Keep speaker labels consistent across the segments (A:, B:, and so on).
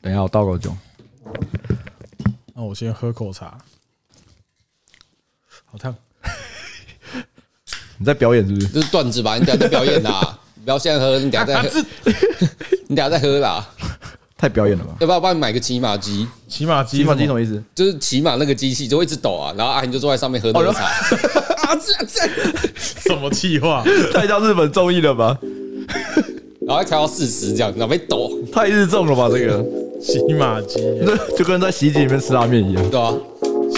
A: 等一下，我倒口酒。
B: 那我先喝口茶，好烫。
A: 你在表演 是不是？
C: 这是段子吧？你等下再表演啦， 你不要现在喝，你等下再
B: 啊
C: 喝，你等下再喝啦。
A: 太表演了吧？
C: 要不要帮你买个骑马机？
B: 骑马机，
A: 骑马机什么意思？
C: 就是骑马那个机器就会一直抖啊，然哦后阿恒就坐在上面喝那个茶。 啊，这样这样，
B: 什么气话？
A: 太像日本综艺了吧？
C: 然后开到四十这样，然后被抖，
A: 太日重了吧？这个，
B: 骑马机，
A: 这 就跟在洗衣机里面吃拉面一样。
C: 对啊，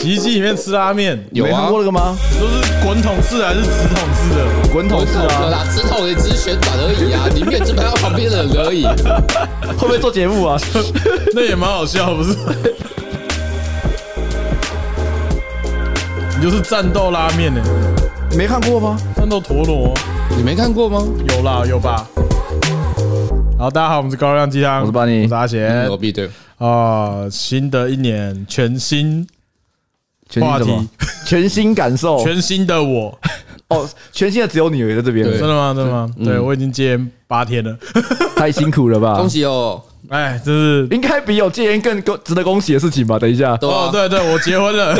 B: 洗衣机里面吃拉面，
C: 有
A: 你没看
C: 啊
A: 过，那个吗？
B: 都是滚筒式还是直筒式的？
A: 滚筒式
C: 有
A: 啊，
C: 啦，直筒也只是旋转而已啊，里面就拍到旁边的人而已。
A: 会不会做节 目啊？
B: 那也蛮好笑，不是？你就是战斗拉面呢、欸
A: 你没看过吗？
B: 战斗陀螺
C: 你没看过吗？
B: 有啦，有吧？好，大家好，我们是高热量鸡汤，
A: 我是巴尼嗯
B: 我是阿贤
C: 我呃闭对，
B: 啊。新的一年，全新
A: 全新什
B: 话
A: 么
B: 题？
A: 全新感受。
B: 全新的我，
A: 哦，全新的只有你也在这边，
C: 对
B: 真的吗？真的吗？
A: 嗯
B: 对我已经戒烟八天了，
A: 太辛苦了 吧
C: 恭？喜哦，
B: 哎，真是
A: 应该比有戒烟更更值得恭喜的事情吧？等啊一下，
C: 对
B: 哦
C: 啊，，
B: 对对，我结婚了。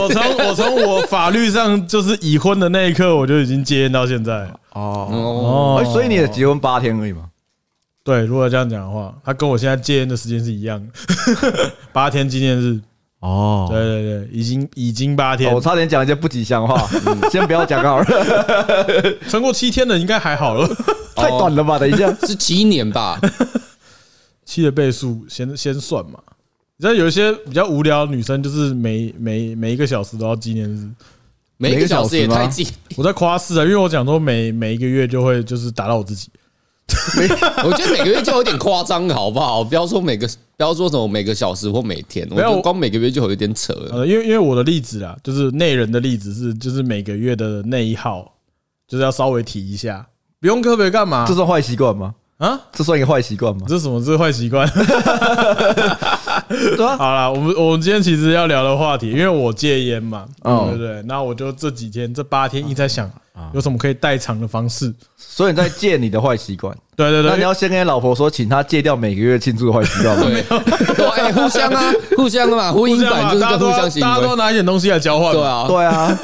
B: 我从我从我法律上就是已婚的那一刻，我就已经戒烟到现在。
A: 哦，
C: 哦，
B: 哦
A: 哎，所以你也结婚八天而已嘛？
B: 对，如果这样讲的话，他跟我现在戒烟的时间是一样 的，八天纪念日。
A: 哦
B: 对，对对，已经已经八天
A: 哦我，差点讲一些不吉祥话，嗯先不要讲好了，
B: 撑过七天的应该还好了，
A: 太短了吧？等一下，
C: 是几年吧？
B: 七的倍数先先算嘛。你知道有一些比较无聊的女生，就是每每每一个小时都要纪念日。
C: 每一个小时也太近，
B: 我在夸饰啊，因为我讲说每每一个月就会就是打到我自己。
C: 我觉得每个月就有点夸张了，好不好？不要说每个，不要说什么每个小时或每天，我
B: 没有
C: 觉得光每个月就有一点扯了。
B: 呃，因为因为我的例子啦，就是内人的例子是，就是每个月的那一号，就是要稍微提一下，不用特别干嘛
A: 这算坏习惯吗？
B: 啊？
A: 这算一个坏习惯吗？
B: 这是什么？这是坏习惯。
A: 对啊，
B: 好啦，我们我们今天其实要聊的话题，因为我戒烟嘛，
A: 哦
B: 对不对？那我就这几天这八天一直在想，
C: 啊
B: 有什么可以代偿的方式？
A: 所以你在戒你的坏习惯，
B: 对对
A: 那你
B: 对，
A: 要先跟老婆说，请她戒掉每个月庆祝的坏习惯吗？
C: 对，对啊，哎，互相 啊，互相的嘛，婚
B: 呃互
C: 姻
B: 相
C: 版
B: 嘛
C: 就是
B: 大家
C: 个
B: 都
C: 互
B: 要
C: 相行
B: 大家都要
C: 为，
B: 拿一点东西来交换嘛。
C: 对啊，
A: 对啊，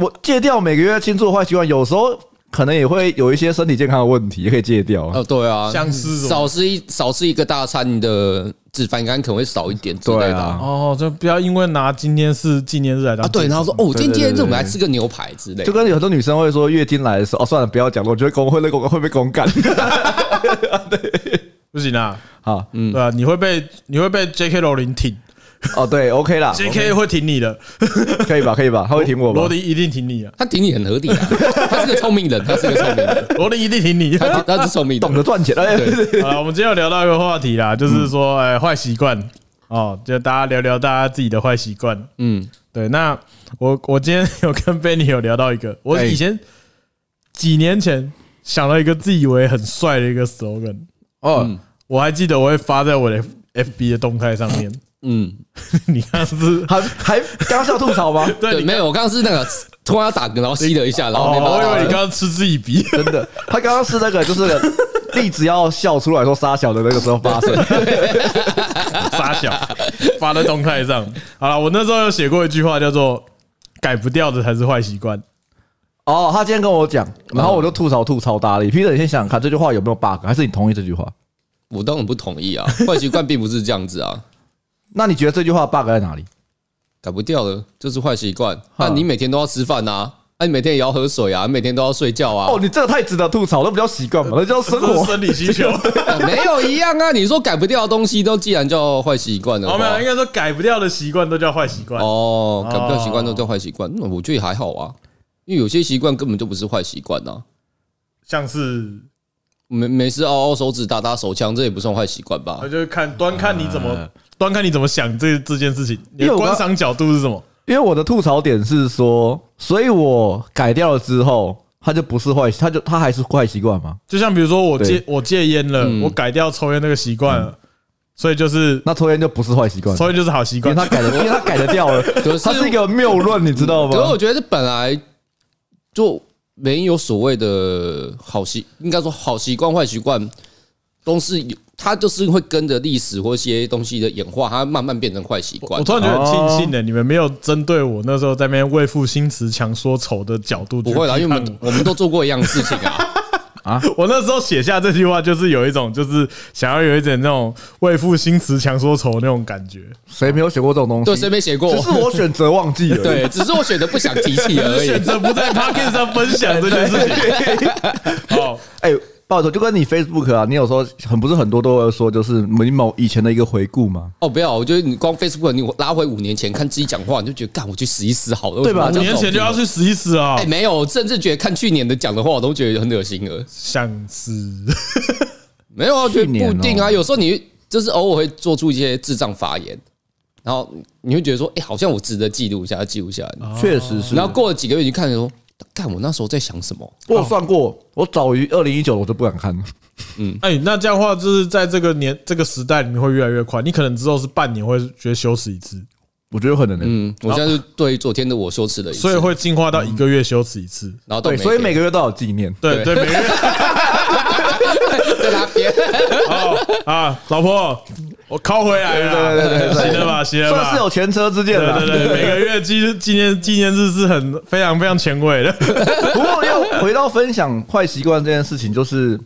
A: 我戒掉每个月庆祝的坏习惯，有时候可能也会有一些身体健康的问题，也可以戒掉啊。
C: 哦，对啊，
B: 像是什么
C: 少吃一少吃一个大餐，你的脂肪肝可能会少一点之类
A: 对
C: 的啊。
A: 啊，
B: 哦，就不要因为拿今天是纪念日来当
C: 啊，对，
B: 借口
C: 然后说哦，
A: 对
C: 今
A: 对
C: 天
A: 对
C: 这我们
A: 对
C: 来吃个牛排之类
A: 就
C: 的。
A: 跟有很多女生会说月经来的时候，哦，算了，不要讲了，我觉得公会那公会被公干。
B: 不行啊，
A: 好，
C: 嗯
B: 对啊，你会被你会被 J.K. 罗琳挺
A: 哦，对，OK
C: 啊
A: 啦
B: ，J.K. 会挺你的，
A: 可以吧，可以吧，他会挺我吧
B: 罗？琳一定挺你啊，
C: 他顶你很合理 啊，他是个聪明人，他是个聪明人，
B: 罗琳一定挺你。
C: 他是他是聪明
A: 懂
C: 的。
A: 得赚钱，哎，
B: 好了，我们今天要聊到一个话题啦，就是
C: 嗯
B: 说，哎，坏习惯哦，就大家聊聊大家自己的坏习惯。
C: 嗯，
B: 对，那我我今天有跟 Benny 有聊到一个，我
C: 哎
B: 以前几年前想了一个自以为很帅的一个 slogan，嗯
A: 哦，
B: 我还记得我会发在我的 FB 的动态上面。
C: 嗯，
B: 你看是？
A: 还还刚刚是要吐槽吗？
B: 对，
C: 对，
B: 你
C: 没有，我刚刚是那个突然要打嗝，然后吸了一下，然后没
B: 哦，
C: 办
B: 我
C: 法
B: 以为
C: 打
B: 你刚
C: 嗝。
B: 刚嗤之以鼻。
A: 真的，他刚刚是那个就是例子要笑出来说沙小的那个时候发 生，
B: 傻小发在动态上。好了，我那时候有写过一句话，叫做“改不掉的才是坏习惯
A: 哦，他今天跟我讲，然后我就吐槽吐槽大力。Peter，你先想想看这句话有没有 bug，还是你同意这句话？
C: 我当然不同意啊，坏习惯并不是这样子啊，
A: 那你觉得这句话 bug 在哪里？
C: 改不掉的，就是坏习惯。那你每天都要吃饭啊，那你每天也要喝水啊，你每天都要睡觉啊
A: 哦，，你这个太值得吐槽，那不叫习 惯嘛，那叫”，生
B: 这是
A: 活。
B: 生理 需求。
C: 啊没有一样啊。你说改不掉的东西都既然叫坏习惯了
B: 哦好，没有，
C: 话，
B: 应该说改不掉的习惯都叫坏习惯。
C: 哦，改不掉习惯都叫坏习惯，那我觉得也还好啊，因为有些习惯根本就不是坏习惯啊。
B: 像是
C: 没没事，凹凹手指、打打手枪，这也不算坏习惯吧
B: 我？就是看端看你怎么端看你怎么想这这件事情，你
A: 啊因为
B: 的
A: 我
B: 观赏角度是什么？
A: 因为我的吐槽点是说，所以我改掉了之后，他就不是坏，他就他还是坏习惯嘛。
B: 就像比如说我
A: 对
B: 戒
A: 嗯
B: 我戒烟了，
C: 嗯
B: 我改掉抽烟那个习惯了，所以就是
A: 那抽烟就不是坏习惯，
B: 抽烟就是好习
A: 因为
B: 惯。
A: 他改的，因为他改的掉了，
C: 可
A: 他是一个谬论，你知道
C: 可是
A: 吗
C: 我？觉得本来就没有所谓的好习，应该说好习惯、坏习惯，都是有，它就是会跟着历史或一些东西的演化，它慢慢变成坏习惯
B: 我。突然觉得很庆
A: 哦
B: 幸的，你们没有针对我那时候在那边为赋新词强说愁的角度去
C: 不
B: 批判我。
C: 会啦，因为我们我们都做过一样的事情 啊。
B: 我那时候写下这句话，就是有一种就是想要有一点那种为赋新词强说愁那种感 觉。
A: 谁没有写过这种东西？
C: 对，谁没写过？
A: 只是我选择忘记了。
C: 对，只是我选择不想提起 而已。
B: 选择不在 p o c k e t 上分享这件事情。好，
A: 哎、暴走就跟你 Facebook 啊，你有时候很不是很多都会说，就是你某以前的一个回顾嘛，
C: 哦，不要，我觉得你光 Facebook 你拉回五年前看自己讲话，你就觉得干，我去死一死好了。
A: 对吧
C: 为
B: 五
C: 什么要这
B: 年
C: 样
B: 前就要去死一死啊
C: 哎、！没有，我甚至觉得看去年的讲的话，我都觉得很恶心了。
B: 想死，
C: 没有啊，觉得
A: 去年
C: 不
A: 哦
C: 一定啊，有时候你就是偶尔会做出一些智障发言，然后你会觉得说，哎、好像我值得记录一下，记录下来。
A: 确实哦是。
C: 然后过了几个月，你看说，干，我那时候在想什么？
A: 我有算过，我早于二零一九我就不敢看了。
B: 哎，那这样的话就是在这个年这个时代里面会越来越快，你可能之后是半年会觉得羞耻一次，
A: 我觉得有可能、欸。
C: 嗯，我现在是对昨天的我羞耻了一次，
B: 哦所以会进化到一个月羞耻一次。
C: 然后到
A: 对，所以每
C: 个
A: 个月都有纪念。
B: 对对，每个月
C: 在那边，
B: 好啊，老婆，我拷回来了，啊
A: 对对对对对
B: 行了吧，行了吧，
A: 算是有前车之鉴
B: 对
A: 了。
B: 对对，每个月纪纪念纪念日是很非常非常前卫的。
A: 不过要回到分享坏习惯这件事情，就是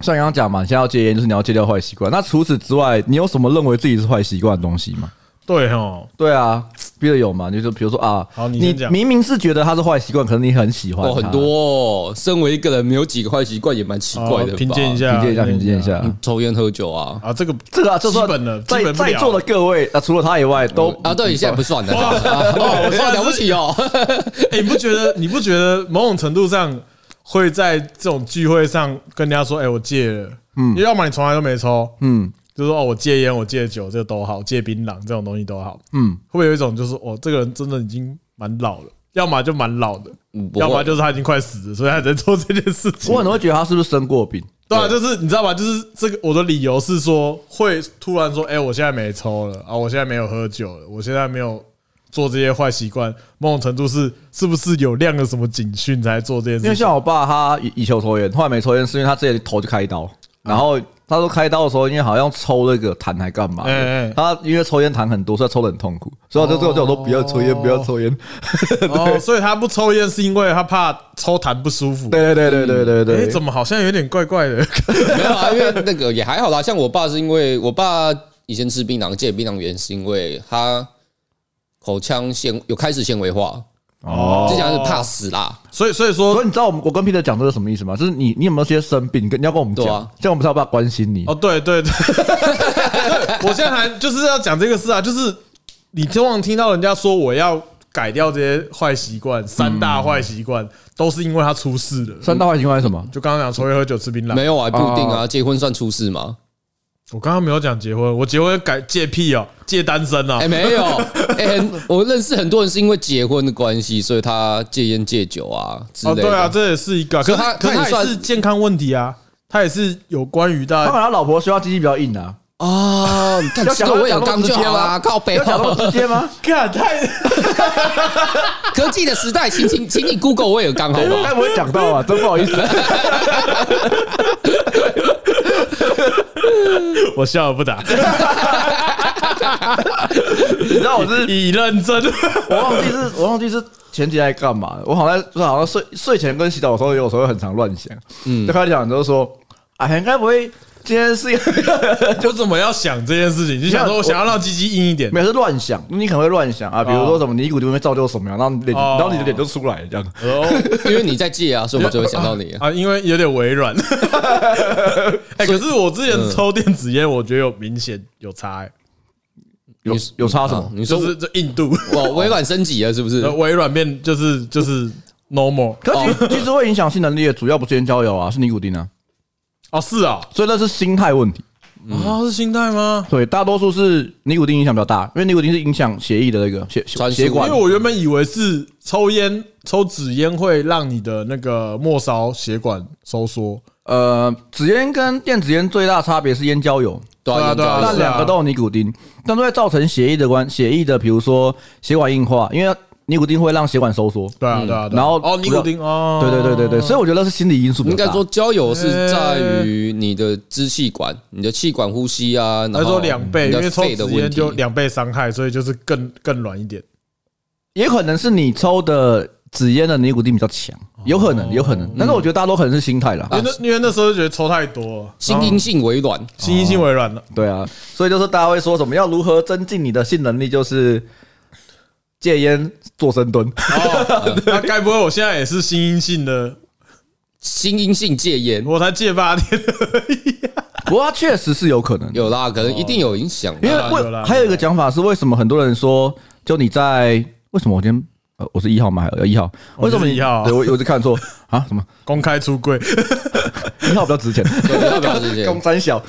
A: 像刚刚讲嘛，你现在要戒烟，就是你要戒掉坏习惯。那除此之外，你有什么认为自己是坏习惯的东西吗？
B: 对哦，
A: 对啊，必得有嘛。你就比如说啊，
B: 好你
A: 你
B: 先讲
A: 明明是觉得它是坏习惯，可是你很喜欢它
C: 哦，很。多、哦。身为一个人，没有几个坏习惯也蛮奇怪的吧。
B: 哦评鉴一下，
A: 评鉴一下，评鉴一下。
C: 抽烟喝酒啊，
B: 啊，这个
A: 这个啊，就
B: 基
A: 算
B: 本的，基
A: 在
B: 本不
A: 在
B: 了
A: 座的各位啊，除了他以外都
C: 啊， 对，现在不算的，
B: 哇
C: 啊哦，
B: 我现在
C: 哇了不起哦，
B: 哎，你不觉 得你不觉得某种程度上会在这种聚会上跟人家说，哎，我戒了，嗯，要么你从来都没抽，
A: 嗯
B: 就说哦，我戒烟，我戒酒，这个都好，我戒槟榔这种东西都好，
A: 嗯，
B: 会不会有一种就是哦，这个人真的已经蛮老了，要么就蛮老的，
C: 嗯不会
B: 要么就是他已经快死了，所以他在做这件事情
A: 我。很多会觉得他是不是生过病？
B: 对啊，
C: 对
B: 就是你知道吧？就是这个，我的理由是说，会突然说，哎、我现在没抽了啊，我现在没有喝酒了，我现在没有做这些坏习惯，某种程度是是不是有亮了什么警讯才做这件
A: 因为
B: 事情？
A: 像我爸，他以以前有抽烟，后来没抽烟，是因为他之前头就开刀，
B: 嗯
A: 然后他说开刀的时候，因为好像抽那个痰还干嘛的
B: 哎哦哎
A: 他因为抽烟痰很多，所以抽的很痛苦，所以他就最后叫我说不要抽烟，不要抽烟。
B: 哦，所以他不抽烟是因为他怕抽痰不舒服。
A: 对对对对对对
B: 哎、
A: 对，
B: 怎么好像有点怪 怪的？
C: 没有啊，因为那个也还好啦。像我爸是因为我爸以前吃槟榔戒槟榔原因是因为他口腔纤有开始纤维化，
A: 哦
C: 之前是怕死啦，
B: 所以所以
A: 所
B: 说
A: 以，你知道我们我跟 Peter 讲这个什么意思吗？就是你你有没有些生病，跟你要跟我们讲，
C: 对啊
A: 这样我们才有办法关心你
B: 哦，。对对 对，对我现在还就是要讲这个事啊，就是你通常听到人家说我要改掉这些坏习惯，三
A: 嗯
B: 大坏习惯都是因为他出事了。
A: 三大坏习惯是什么？
B: 就刚刚讲抽烟、喝酒、吃槟榔
C: 没，有啊，不一定啊，结婚算出事吗？
B: 我刚刚没有讲结婚，我结婚改戒屁哦，戒单身啊
C: 哎，。没有，哎，很我认识很多人是因为结婚的关系，所以他戒烟戒酒啊之
B: 哦，
C: 类的。
B: 对啊，这也是一个，可
C: 所
B: 是
C: 以他
B: 可是
C: 他也
B: 他也
C: 算
B: 是健康问题啊，他也是有关于
A: 他可
B: 到
A: 能他老婆希望鸡鸡比较硬啊，
C: 啊，看
A: 要
C: 这
A: 讲
C: 个我有
A: 要讲那
C: 刚
A: 么
C: 就
A: 直接
C: 好啦，
A: 吗
C: 靠
A: 不
C: 背
A: 要讲那么
C: 后。
A: 直接吗？
B: 看太
C: 科技的时代，请请请你 Google 我有刚好
A: 我
C: 吗？
A: 该不会讲到啊？真不好意思。
B: 我笑而不答，
A: 你知道我是
B: 以 认真。
A: 我忘记是，我忘记是前几天在干嘛了。我好像就是好像睡睡前跟洗澡的时候，有时候会很常乱想，嗯，就开始想就是说，哎，应该不会今天是一个， ，
B: 就怎么要想这件事情？就想说我想要让鸡鸡硬一点
A: 每次乱想，你可能会乱想啊，比如说什么尼古丁会造就什么样，然后你脸，
B: 哦
A: 然后你的脸就出来了这样。
B: 哦
C: 因为你在戒啊，所以我就会想到你。
B: 啊，因为有点 微软。哎，可是我之前抽电子烟，我觉得有明显有差，哎
A: 有
C: 你
A: 有差什
C: 啊
A: 么？
C: 嗯你说
B: 就是这硬度，
C: 我微软升级了是不是？
B: 微软变就是就是 normal
A: 可其
C: 哦
A: 实其实会影响性能力的主要不是烟焦油啊，是尼古丁啊，
B: 哦，是啊，
A: 所以那是心态问题。
C: 嗯
B: 啊是心态吗？
A: 对，大多数是尼古丁影响比较大，因为尼古丁是影响血液的那个血
C: 传
A: 血
C: 输
A: 血管
B: 因为。我原本以为是抽烟、抽纸烟会让你的那个末梢血管收缩，
A: 呃，纸烟跟电子烟最大差别是烟焦油。
C: 对啊，
B: 对啊
C: 对
B: 对
A: 那
C: 啊，
B: 啊
A: 两个都有尼古丁，但都会造成血液的关血液的，比如说血管硬化，因为尼古丁会让血管收缩。
B: 对啊，对啊，对啊
A: 嗯然后
B: 哦，尼古丁哦，
A: 对对对对对，所以我觉得是心理因素比
C: 应
A: 较
C: 该
A: 大。
C: 说交友是在于你的支气管、你的气管呼吸啊，然
B: 他
C: 后
B: 嗯说两倍，
C: 你
B: 因为
C: 的
B: 抽
C: 肺的
B: 纸
C: 问
B: 烟
C: 题
B: 就。两倍伤害，所以就是更更软一点。
A: 也可能是你抽的纸烟的尼古丁比较强，有可能，有可能。但是我觉得大家都可能是心态啦，
B: 因
C: 啊
B: 为那因为那时候就觉得抽太多了，
C: 心因性微软，
A: 哦
B: 心因性微软了。
A: 对啊，所以就是大家会说什么要如何增进你的性能力，就是戒烟、做深 蹲。
B: 哦，那该不会我现在也是心因性的？
C: 心因性戒烟
B: 我才戒八天，
A: 不过它确实是有可能的，
C: 有啦，可能一定有影响啊啦。
A: 因为
B: 啦有啦
A: 为还有一个讲法是，为什么很多人说，就你在为什么我今天呃我是一号吗？还有一号？
B: 哦
A: 为什么
B: 你是一号啊
A: 对我我就看 错啊？什么
B: 公开出柜，
A: 一号比较值 钱？
C: 对不要表示戒
A: 公三小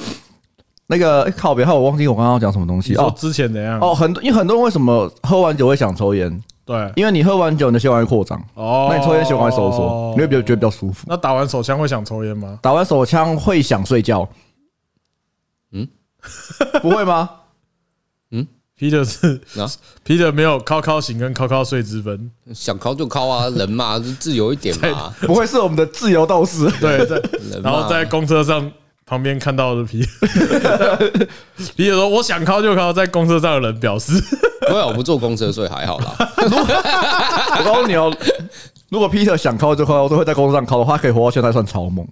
A: 那个哎靠，别害我忘记我刚刚要讲什么东西
B: 你说
A: 哦
B: 之前怎样？
A: 哦，很多因为很多人为什么喝完酒会想抽烟？
B: 对，
A: 因为你喝完酒你的血管会扩张，
B: 哦，
A: 那你抽烟血管会收缩，你会比较觉得比较舒服。
B: 那打完手枪会想抽烟吗？
A: 打完手枪会想睡觉？嗯，
C: 嗯
A: 不会吗？
B: Peter 是
C: 啊
B: Peter 没有靠靠醒跟靠靠睡之分，
C: 想敲就敲啊，人 嘛就自由一点嘛。
A: 不会是我们的自由斗士？
B: 对，在
C: 人嘛
B: 然后在公车上旁边看到的 Peter，Peter 说我想靠就靠，在公车上的人表示，
C: 不会，我不坐公车，所以还好 啦。
A: 我告诉你哦，如果 Peter 想靠就靠，都会在工作上靠的话，可以活到现在算超猛。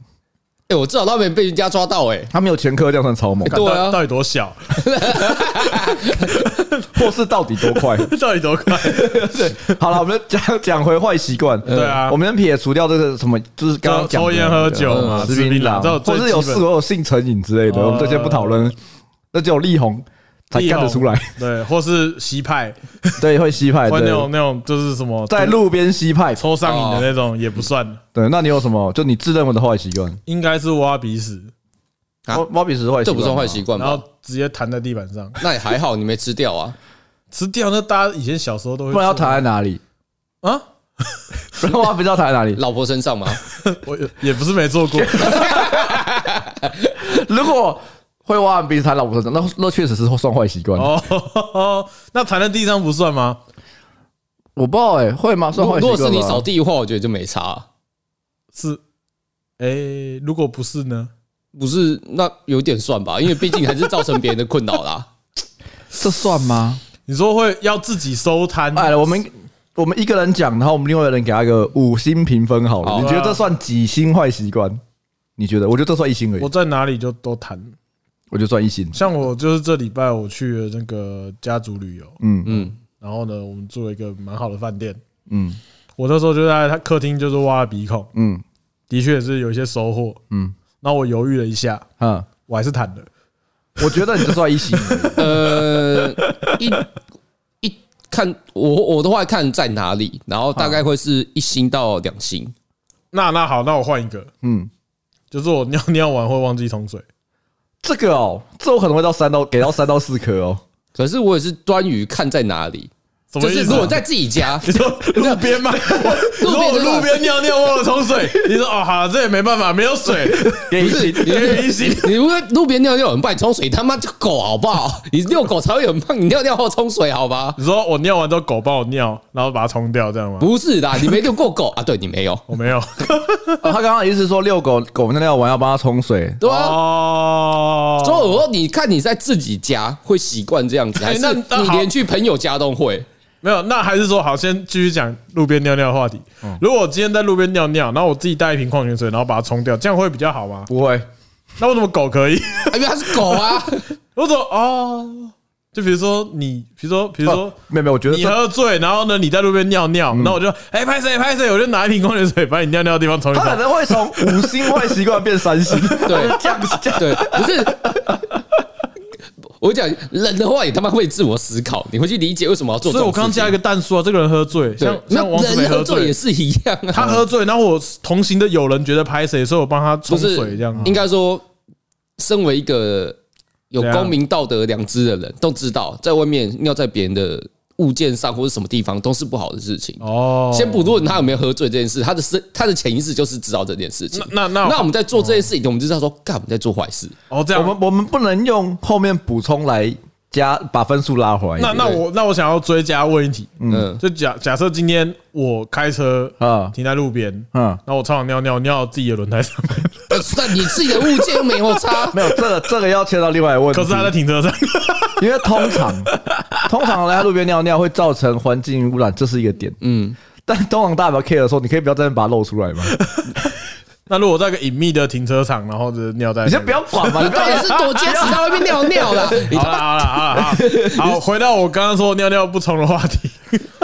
C: 哎，我至少都没被人家抓到哎。
A: 他没有前科，这样算超猛，
C: 对啊
B: 到到底多小，
A: 或是到底多快？
B: 到底 多快？
A: 好了，我们讲讲回坏习惯。
B: 对啊
A: 我们先撇除掉这个什么，就是刚刚讲的呃
B: 抽烟喝酒嘛
A: 吃
B: 吃槟
A: 槟
B: 榔这
A: 榔，
B: 种最
A: 或是有
B: 基
A: 是
B: 本
A: 否有性成瘾之类的，
B: 呃
A: 我们这些不讨论。那只有力宏才干得出来，
B: 对，或是吸派，
A: 对，会吸派，
B: 或
A: 对
B: 那，种那种就是什么
A: 在路哦边吸派。
B: 抽上瘾的那种也不算，
A: 对，那你有什么？就你自认为的坏习惯？
B: 应该是挖鼻屎，
C: 啊
A: 猫猫鼻屎是坏习惯吗，
C: 这不算坏习惯
A: 哦
B: 然
C: 吧？
B: 后直接弹在地板上，
C: 那也还好，你没吃掉啊。
B: 吃掉。那大家以前小时候都会
A: 不然要
B: 做
A: 躺在哪里？
B: 啊，
A: 不然我不知道躺在哪 里。
C: 老婆身 上嘛，
B: 我也也不是没做 过，
A: 如果会挖完鼻子弹老婆身上，那那确实是算坏习惯。
B: 哦， 那弹在地上不算吗？
A: 我不知道哎、会吗？
C: 如
A: 算坏
C: 果
A: 习
C: 如
A: 惯
C: 果
A: 吗
C: 是你扫地的话，我觉得就没差啊。
B: 是，哎、如果不是呢？
C: 不是，那有点算吧，因为毕竟还是造成别人的困扰啦。
A: 这算吗？
B: 你说会要自己收摊？
A: 哎，我们我们一个人讲，然后我们另外一个人给他个五星评分好了。
C: 好啊
A: 你觉得这算几星坏习惯？你觉得？我觉得这算一星而已
B: 我，在哪里就都摊。
A: 我就算一星。
B: 像我就是这礼拜我去了那个家族旅游，
A: 嗯
C: 嗯，
B: 然后呢，我们住了一个蛮好的饭店。
A: 嗯
B: 我那时候就在他客厅，就是挖鼻孔，
A: 嗯
B: 的确也是有一些收获。
A: 嗯
B: 那我犹豫了一下，
A: 啊！
B: 我还是谈了。
A: 我觉得你这算一星而已
C: 呃，一一看我我的话看在哪里，然后大概会是一星到两星。
B: 那那好，那我换一个，
A: 嗯，
B: 就是我尿 尿完会忘记冲水。
A: 这个哦，这我可能会到三到给到三到四颗哦。
C: 可是我也是端于看在哪里，
B: 什么
C: 就
B: 意
C: 是
B: 思？啊
C: 如果在自己家，
B: 你说路边吗？
C: 路
B: 如果
C: 边
B: 我
C: 就是
B: 路边尿尿忘了 冲水，你说哦好，这也没办法，没有水，
A: 给一星，
C: 你
B: 一星
C: 你如果路边尿尿有人帮你冲水，他妈就狗好不 好？你遛狗才会有人帮你尿尿后冲水，好吧？
B: 你说我尿完之后狗帮我尿，然后把它冲掉，这样吗？
C: 不是啦，你没遛过狗 啊？对你没有，
B: 我 没有。
A: 哦他刚刚的意思是说遛狗狗尿尿完要帮他冲水，
C: 对啊。
B: 哦，
C: 所以我说，你看你在自己家会习惯这样子，还
B: 哎
C: 是
B: 那那
C: 你
B: 好
C: 连去朋友家都会？
B: 没有，那还是说好，先继续讲路边尿尿的话题。
C: 嗯
B: 如果我今天在路边尿尿，然后我自己带一瓶矿泉水，然后把它冲掉，这样会比较好吗？
A: 不会。
B: 那为什么狗可以？
C: 啊因为它是狗啊，
B: 我说哦，就比如说你，比如说，比如说
A: 哦。没有没有，我觉得
B: 你
A: 这
B: 喝醉，然后呢，你在路边尿尿，那我就哎拍谁拍谁，我就拿一瓶矿泉水把你尿尿的地方冲一
A: 他可
B: 冲。
A: 能会从五星坏习惯变三星，
C: 对
A: 降降。
C: 对，不是。我讲人的话，你他妈会自我思考，你会去理解为什么要做这
B: 所以
C: 种
B: 我
C: 事情。
B: 刚刚加一个蛋叔啊，这个人喝醉，像
C: 对，
B: 像王子
C: 那
B: 梅
C: 人
B: 喝
C: 喝醉
B: 醉
C: 也，是一样啊。
B: 他喝醉，然后我同行的友人觉得拍谁，所以我帮他
C: 不
B: 冲
C: 是
B: 水这样。啊
C: 应该说，身为一个有
B: 怎样
C: 公民道德良知的人，都知道在外面尿在别人的物件上或者什么地方都是不好的事情。
B: 哦，
C: 先不论他有没有喝醉这件事，他的身他的潜意识就是知道这件事情。
B: 那那哦
C: 那我们在做这件事情，我们就知道说，干我们在做坏事。
B: 哦这
A: 我
B: 样，
A: 们我们不能用后面补充来加把分数拉回来一
B: 那
A: 点。
B: 那我那我想要追加问一题，
C: 嗯，
B: 就假假设今天我开车
A: 啊
B: 停在路边，
A: 嗯，
B: 那我超想尿尿，尿到自己的轮胎上面，
C: 那你自己的物件又没有差，
A: 没有这个 这个要切到另外一个问题，
B: 可是他在停车上，
A: 因为通常通常来路边尿尿会造成环境污染，这是一个点。
C: 嗯，
A: 但通常大家不要 care 的时候，你可以不要在那边把它露出 来嘛，
B: 那如果在一个隐秘的停车场，然后就是尿在，
A: 你先不要管 嘛，你不
C: 到
A: 要
C: 底是多坚持在外面尿尿啦？你
B: 好了好了好了好了，好，回到我刚刚说尿尿不冲的话题。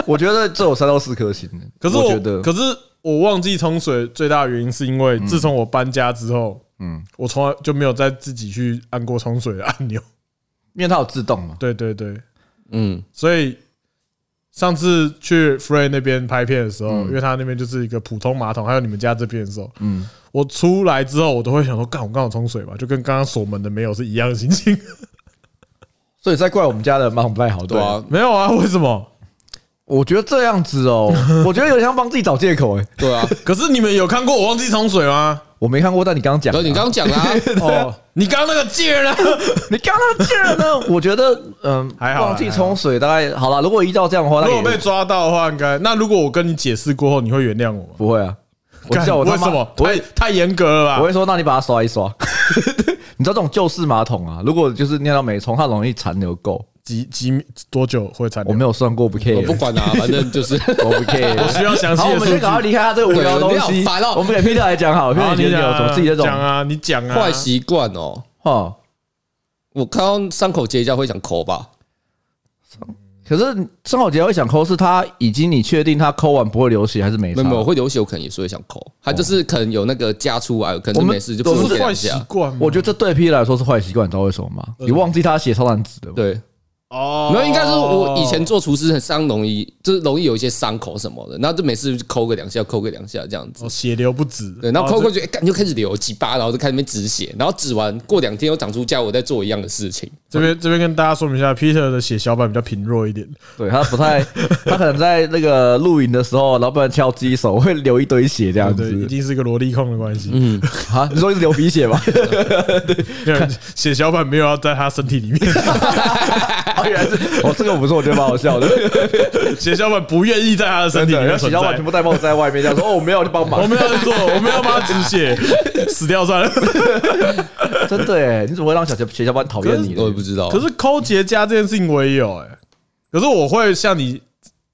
A: 我觉得这有三到四颗星的，
B: 可是
A: 我
B: 我
A: 觉得
B: 可是我忘记冲水最大的原因是因为自从我搬家之后，嗯，我从来就没有再自己去按过冲水的按钮。
A: 因为它有自动嘛，
B: 对对对，
C: 嗯，
B: 所以上次去 Frey 那边拍片的时候，因为他那边就是一个普通马桶，还有你们家这边的时候，嗯，我出来之后，我都会想说，干，我刚好冲水吧，就跟刚刚锁门的没有是一样的心情。
A: 所以再怪我们家的马桶不太好。
C: 对啊，
B: 没有啊，为什么？
A: 我觉得这样子哦，我觉得有点像帮自己找借口哎、
C: 对啊，
B: 可是你们有看过我忘记冲水吗？
A: 我没看过，但你刚刚讲
C: 然
A: 的
C: 后
A: 啊，
C: 你刚刚讲啦，
B: 哦，你刚刚那个贱人啊，
A: 你刚刚竟然呢？我觉得嗯，
B: 还好啦
A: 忘记冲水大概好了。如果依照这样的话，那
B: 如
A: 也
B: 果被抓到的话，应该那如果我跟你解释过后，你会原谅我吗？
A: 不会啊，我
B: 干
A: 叫我他
B: 为
A: 妈
B: 什么？啊
A: 我
B: 太
A: 会
B: 太严格了
A: 我
B: 吧？
A: 会说，那你把它刷一刷。 你知道这种旧式马桶啊，如果就是尿到没冲，它容易残留垢。
B: 几几多久会残留？
A: 我没有算过，不 care，
C: 我不管啦，反正就是。
A: 我不 care。
B: 我需要详细
A: 好，我
B: 的
A: 们
B: 数
A: 先赶快
B: 据。
A: 离开他这个无聊的东
C: 对
A: 西。
C: 你好烦哦
A: 我们给 Peter 来讲好，Peter
B: 好
A: 你觉得有
B: 讲
A: 什么
B: 啊
A: 自己这种
B: 讲啊，你讲啊，
C: 坏习惯哦。
A: 哦？
C: 我看到伤口结痂会想口吧，
A: 可是张好杰会想抠，是他已经你确定他抠完不会流血还是没
C: 没
A: 差？
C: 有没有，会流血，我可能也是会想口，他就是可能有那个痂出来，可能就没事，就
A: 我
C: 不
A: 们
C: 是
B: 这
C: 给
B: 是
C: 两
B: 坏习
C: 下。
B: 惯吗。
A: 我觉得这对 Peter 来说是坏习惯，你知道为什么吗？你忘记他血超难止的。，
C: 对，
B: 哦
C: 没有，应该是我以前做厨师很伤，容易就是容易有一些伤口什么的，然后就每次就抠个两下，抠个两下这样子
B: 哦。血流不止，
C: 对，然后抠
B: 哦
C: 过去，哎干就开始流鸡巴，然后就开始那边止血，然后止完过两天又长出痂，我再做一样的事情。
B: 这这边这边跟大家说明一下，Peter 的血小板比较贫弱一点，
A: 对他不 太，他可能在那个露营的时候，老板敲击手会流一堆血这样
B: 对，一
A: 子
B: 定是一个萝莉控的关 系。嗯，
A: 啊？你说是流鼻血 吗？
B: 血小板没有要在他身体里面，
A: 哦，原来是哦，这个不错，我觉得蛮好笑 的。
B: 血小板不愿意在他的身
A: 真
B: 体里
A: 的，
B: 面
A: 然后
B: 存
A: 洗脚板全
B: 在。
A: 部带帽子在外面，这样说哦，我没有去帮忙
B: 我。们要去做，我们要帮他止 血，死掉算了。
A: 真的哎，你怎么会让小杰血小板讨厌你呢
C: 我？也不知道，
B: 可是抠结痂这件事情我也有哎、可是我会像你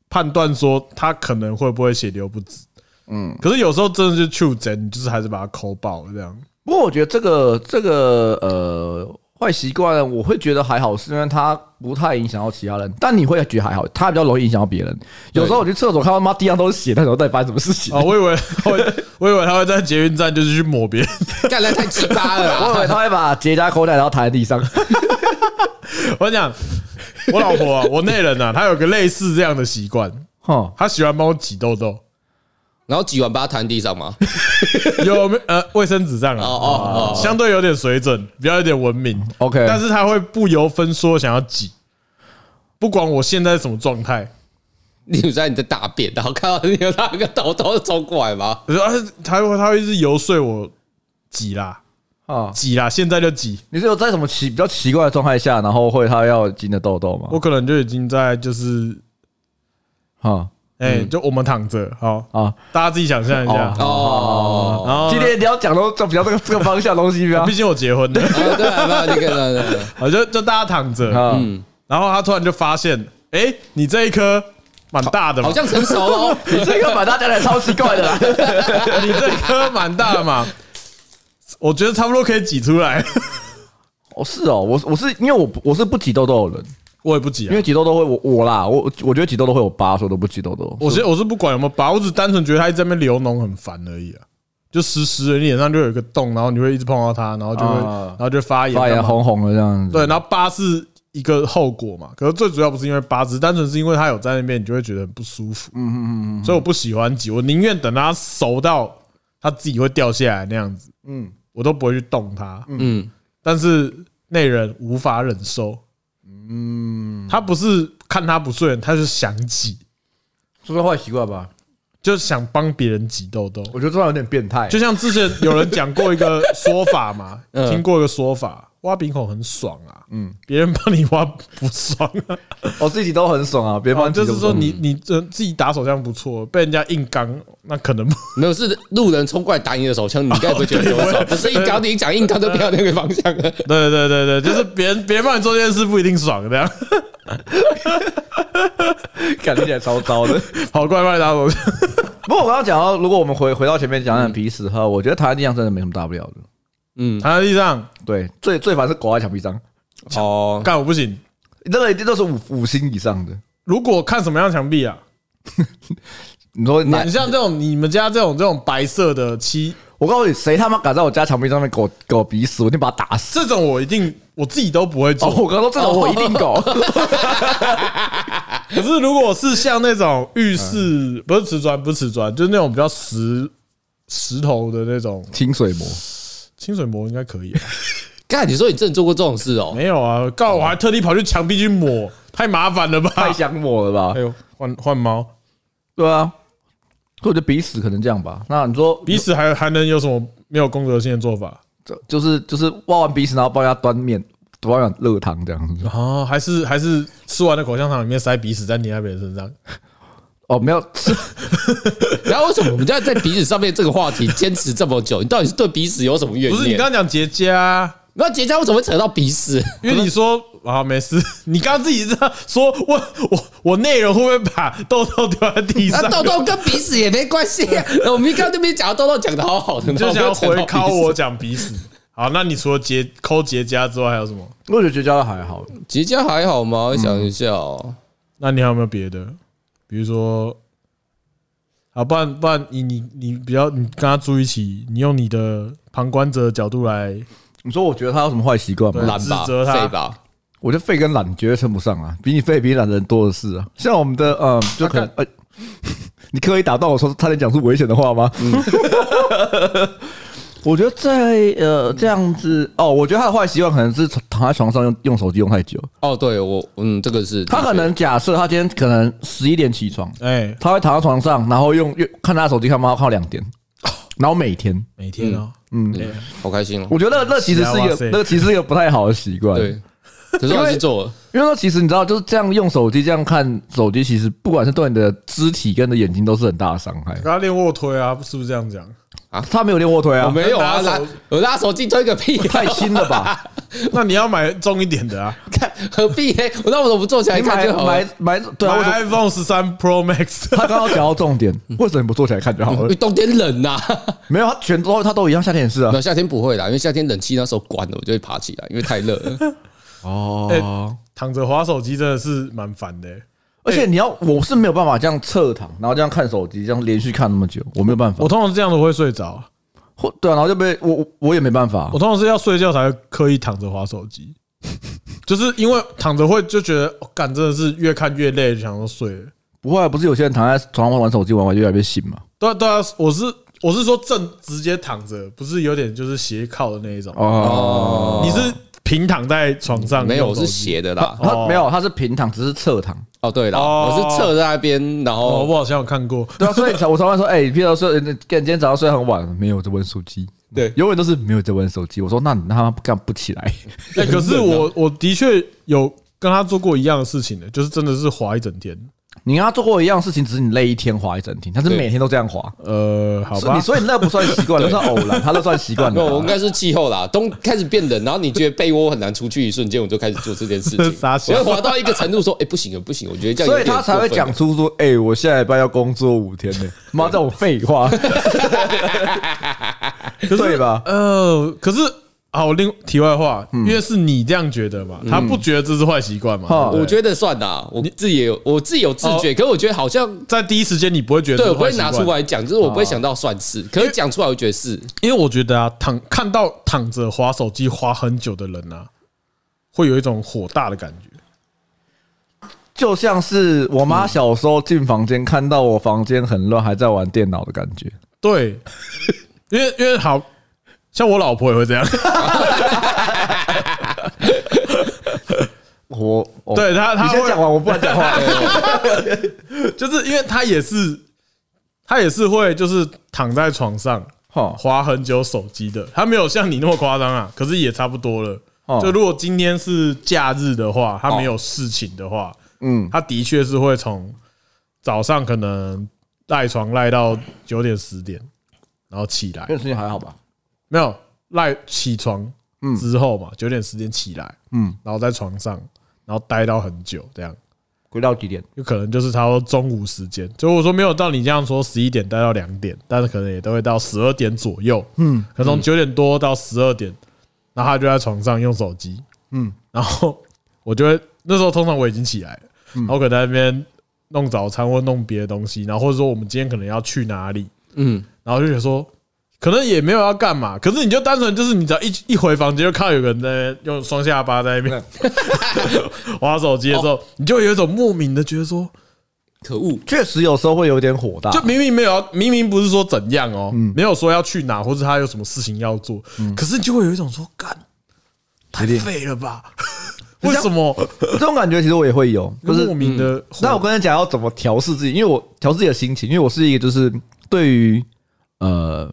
B: 判断说他可能会不会血流不止，嗯，可是有时候真的是去针，你就是还是把它抠爆这样。
A: 不过我觉得这个这个呃坏习惯，我会觉得还好，是因为它不太影响到其他人。但你会觉得还好，它比较容易影响到别人。有时候我去厕所看到妈地上都是血，那时候到底发生什么事情？
B: 哦，我以为他会，我以为他会在捷运站就是去抹别人，
C: 干来太鸡巴了
A: 我以为
C: 啦。
A: 他会把结痂抠下来，然后躺在地上。
B: 我跟你讲，我老婆啊，我内人啊，她有个类似这样的习惯，
A: 哼，
B: 她喜欢帮我挤痘痘，
C: 然后挤完把它摊地上嘛。
B: 有没呃卫生纸上
C: 哦
B: 啊，
C: 哦哦，
B: 相对有点水准，比较有点文明
A: OK
B: 但是她会不由分说想要挤，不管我现在是什么状态，
C: 例如在你在大便，然后看到你有那个头头冲过来嘛。
B: 可是啊他会他会一直游说我挤啦
A: 啊，
B: 挤啦，现在就挤，
A: 你是有在什么奇比较奇怪的状态下，然后会他要进的痘痘吗
B: 我？可能就已经在就是
A: 哈
B: 哎、就我们躺着，好，
A: 啊，
B: 大家自己想象一下。
A: 嗯哦
C: 哦，
B: 然后
A: 今天你要讲都就比较这个这个方向的东 西不要
B: 毕竟我结婚了，
C: 啊对啊，没有那个那个，
B: 好就就大家躺着，
A: 啊，
B: 然后他突然就发现，哎，你这一颗蛮大的嘛
C: 好，像成熟了哦。
A: 你这个把大家来超奇怪的啦。
B: 你这一颗蛮大的嘛，我觉得差不多可以挤出来，
A: 哦，是哦，我我是因为我不我是不挤痘痘的人，
B: 我也不挤
A: 因
B: 啊。
A: 为挤痘痘会我我啦，我我觉得挤痘痘会有疤，所以我都不挤痘痘。
B: 我是我是不管有没有疤，我只单纯觉得它一直在那边流脓很烦而已啊，就湿湿的，你脸上就有一个洞，然后你会一直碰到它，然后就会
A: 啊
B: 然后就发炎，
A: 发炎
B: 干嘛
A: 红红的这样子。
B: 对，然后疤是一个后果嘛，可是最主要不是因为疤，只是单纯是因为它有在那边，你就会觉得很不舒服。嗯嗯嗯，所以我不喜欢挤，我宁愿等它熟到它自己会掉下来那样子，嗯，我都不会去动它。
C: 嗯，
B: 但是内人无法忍受，嗯，他不是看他不顺眼，他是想挤，
A: 这是坏习惯吧？
B: 就是想帮别人挤痘痘。
A: 我觉得这样有点变态
B: 就像之前有人讲过一个说法嘛，
C: 嗯
B: 听过一个说法，挖鼻孔很爽啊，嗯，别人帮你挖不爽 啊，
A: 我哦自己都很爽啊，别人帮你
B: 就
A: 自己都不
B: 是说
A: 爽
B: 你你这自己打手枪不错，被人家硬刚那可能不
C: 没有是路人冲过来打你的手枪，你应该不会觉得多少，不是一脚你讲硬刚都不要那个方向了。
B: 对对对对， 就是别人别人帮你做这件事不一定爽， 这样
A: 感觉起来超糟的。
B: 跑过来帮你打手 枪，
A: 不过我刚刚讲到，如果我们回回到前面讲讲彼此的话，我觉得台湾地上真的没什么大不了的。
C: 嗯，
B: 躺在地上
A: 对，最最烦是国外墙壁上，
C: 哦，
B: 干我不行。
A: 那个一定都是五五星以上的。
B: 如果看什么样的墙壁啊？
A: 你说哪
B: 你？像这种你们家这种这种白色的漆，
A: 我告诉你，谁他妈敢在我家墙壁上面给我给我鼻屎，我一定把他打死！
B: 这种我一定我自己都不会
A: 哦，
B: 做。
A: 我刚刚说这种我一定搞。
B: 可是如果是像那种浴室，不是瓷砖，不是瓷砖，就是那种比较石石头的那种
A: 清水膜，
B: 清水膜，应该可以、啊。
C: 干，你说你真的做过这种事哦？
B: 没有啊，告我还特地跑去墙壁去抹，太麻烦了吧？
A: 太想我了吧
B: 哎？呦，换换猫，
A: 对啊，所以我觉得彼此可能这样吧。那你说
B: 彼此还还能有什么没有公德心的做法？
A: 这就是就是挖完鼻屎，然后帮人家端面，端碗热汤这样子。
B: 哦，还是还是吃完的口香糖里面塞鼻屎在粘在别人身上，
A: 哦，没有，是
C: 然后为什么我们要在鼻子上面这个话题坚持这么久？你到底是对鼻子有什么怨
B: 不是你
C: 念
B: 刚？刚讲结痂、啊，
C: 那结痂为什么会扯到鼻屎？
B: 因为你说啊没事， 你刚刚自己这样说，我我我内容会不会把痘啊痘丢在地上
C: 那？豆豆跟鼻屎也没关系 啊。我们刚刚那边讲豆豆讲的好好的，
B: 你就想
C: 然
B: 要
C: 后扯
B: 回
C: 到鼻
B: 拷
C: 屎
B: 我讲鼻屎。好，那你除了结抠结痂之外还有什么？
A: 我觉得绝交的还好。
C: 结痂还好吗？我想一下哦，
B: 那你还有没有别的？比如说，啊，不然不然你你你比较你跟他住一起，你用你的旁观者的角度来，
A: 你说我觉得他有什么坏习惯吗？
C: 懒吧，
B: 指责他
C: 废吧，
A: 我觉得废跟懒绝对称不上啊，比你废比你懒的人多的是啊。像我们的嗯，就可能呃， 你刻意打断我说差点讲出危险的话吗？ 我觉得在呃这样子哦，我觉得他的坏习惯可能是躺在床上用用手机用太久。
C: 哦，对我，嗯，这个是
A: 他可能假设他今天可能十一点起床，
B: 哎，
A: 他会躺在床上，然后用用看他的手机看猫看到两点，
B: 哦
A: 然后每天。
B: 每天哦，
C: 好开心哦。
A: 我觉得那那其实是一
B: 哇
A: 个
B: 塞
A: 那其实是一个不太好的习惯。
C: 对，可是我还是做了，
A: 因为说其实你知道，就是这样用手机这样看手机，其实不管是对你的肢体跟你的眼睛都是很大的伤害
B: 跟。他练卧推啊，是不是这样讲？
A: 他没有练卧推
C: 我
A: 啊，
C: 没有啊，
B: 拿
C: 拉
B: 手
C: 我拉手机推个屁啊，
A: 太轻了 吧？
B: 那你要买重一点的 啊，
C: 看何必呢？我那我怎么不坐起来
A: 你
C: 看
A: 买
C: 就好了
A: 买？买对啊？为什么
B: 买 iPhone 嗯十三 Pro Max，
A: 他刚刚讲到重点，为什么你不坐起来看就好
C: 嗯因
B: 嗯
A: 了
C: 为？冬天冷呐，
A: 没有，他全都他都一样，夏天也是啊
C: 没。有夏天不会啦，因为夏天冷气那时候关了，我就会爬起来，因为太热了。
A: 哦，
B: 躺着滑手机真的是蛮烦的欸、
A: 而且你要，我是没有办法这样侧躺，然后这样看手机，这样连续看那么久，我没有办法
B: 我。通常是这样子我会睡着，
A: 或对啊，然后就被我我我也没办法啊
B: 我。通常是要睡觉才会刻意躺着滑手 机，就是因为躺着会就觉得，哦干、真的是越看越累，就想要睡了。
A: 不会啊，不是有些人躺在床上玩手机玩玩就越来越醒嘛？
B: 对啊对啊，我是我是说正直接躺着，不是有点就是斜靠的那一种。
A: 哦，
B: 你是平躺在床上，
C: 没有，我
B: 用手
C: 是
B: 机。
C: 斜的啦。
A: 他没有，他是平躺，只是侧躺。
C: 哦，对啦，
B: 哦
C: 我是侧在那边，然后
B: 哦，我好像有看 过，
A: 对啊，所以我常常说，哎、譬如说，呃那干今天早上睡很晚，没有在玩手机，
C: 对
A: 永远都是没有在玩手机。我说，那你他妈干不起来？
B: 哎，可是我我的确有跟他做过一样的事情的，就是真的是滑一整天。
A: 你跟他做过一样事情，只是你累一天滑一整天，他是
C: 对
A: 每天都这样滑。
B: 呃，好
A: 所以
B: 吧
A: 你，所以你那不算习 惯，那算偶然，他那算习惯
C: 没有，我
A: 了啊
C: 应。该是气候啦。冬开始变冷，然后你觉得被窝很难出去，一瞬间我就开始做这件事情。
B: 傻笑
C: 我会滑到一个程度，说：“哎，不行了，不行了，我觉得这样。”
A: 所以他才会讲，出说：“哎、我下礼拜要工作五天呢、妈，这种废 话，
B: 可
A: 对
B: 是
A: 吧？
B: 呃，可是啊，我另题外话，
C: 嗯
B: 因为是你这样觉得嘛，他不觉得这是坏习惯嘛？
A: 哈
B: 对不对
C: 我觉得算啦，我自己也有，我自己有自觉，可是我觉得好像
B: 在第一时间你不会哦觉得
C: 对
B: 这
C: 我
B: 是
C: 不会
B: 坏习
C: 拿
B: 惯
C: 出，来讲，就是我
A: 哦
C: 不会想到算是，可是讲出来我觉得是
B: 因为我觉得啊，躺看到躺着滑手机滑很久的人啊，会有一种火大的感觉。
A: 就像是我妈小时候进房间看到我房间很乱，还在玩电脑的感觉。
B: 对， 因为因为好像我老婆也会这样，
A: 我，我
B: 对他他
A: 你先
B: 会
A: 讲完，我不敢讲 话。
B: 就是因为她也是她也是会就是躺在床上
A: 哈，
B: 滑很久手机的，她没有像你那么夸张啊，可是也差不多了。
A: 哦
B: 就如果今天是假日的话，他没有事情的话，
A: 嗯，
B: 他的确是会从早上可能赖床赖到九点十点，然后起来
A: 这，个事情嗯还好吧？
B: 没有赖起床
A: 嗯
B: 之后嘛，九点十点起来，
A: 嗯，
B: 然后在床上，然后待到很久这样。
A: 回到几点？
B: 有可能就是差不多中午时间，所以我说没有到你这样说十一点待到两点，但是可能也都会到十二点左右，嗯，可能从九点多到十二点，然后他就在床上用手机，
A: 嗯
B: 嗯， 然后我就会那时候通常我已经起来了，然后可能在那边弄早餐或弄别的东西，然后或者说我们今天可能要去哪里，
C: 嗯，
B: 然后就觉得说可能也没有要干嘛，可是你就单纯就是你只要一一回房间就看到有个人在那边用双下巴在那边 划手机的时候，你就有一种莫名的觉得说。
C: 可恶，
A: 确实有时候会有点火大，
B: 就明明没有要，明明不是说怎样哦，
A: 嗯
B: 没有说要去哪，或者他有什么事情要做，可是就会有一种说，干太
A: 定
B: 废了 吧？为什 么？
A: 这种感觉其实我也会有，就是嗯
B: 莫名的。
A: 那我跟你讲要怎么调试自己，因为我调试自己的心情，因为我是一个就是对于呃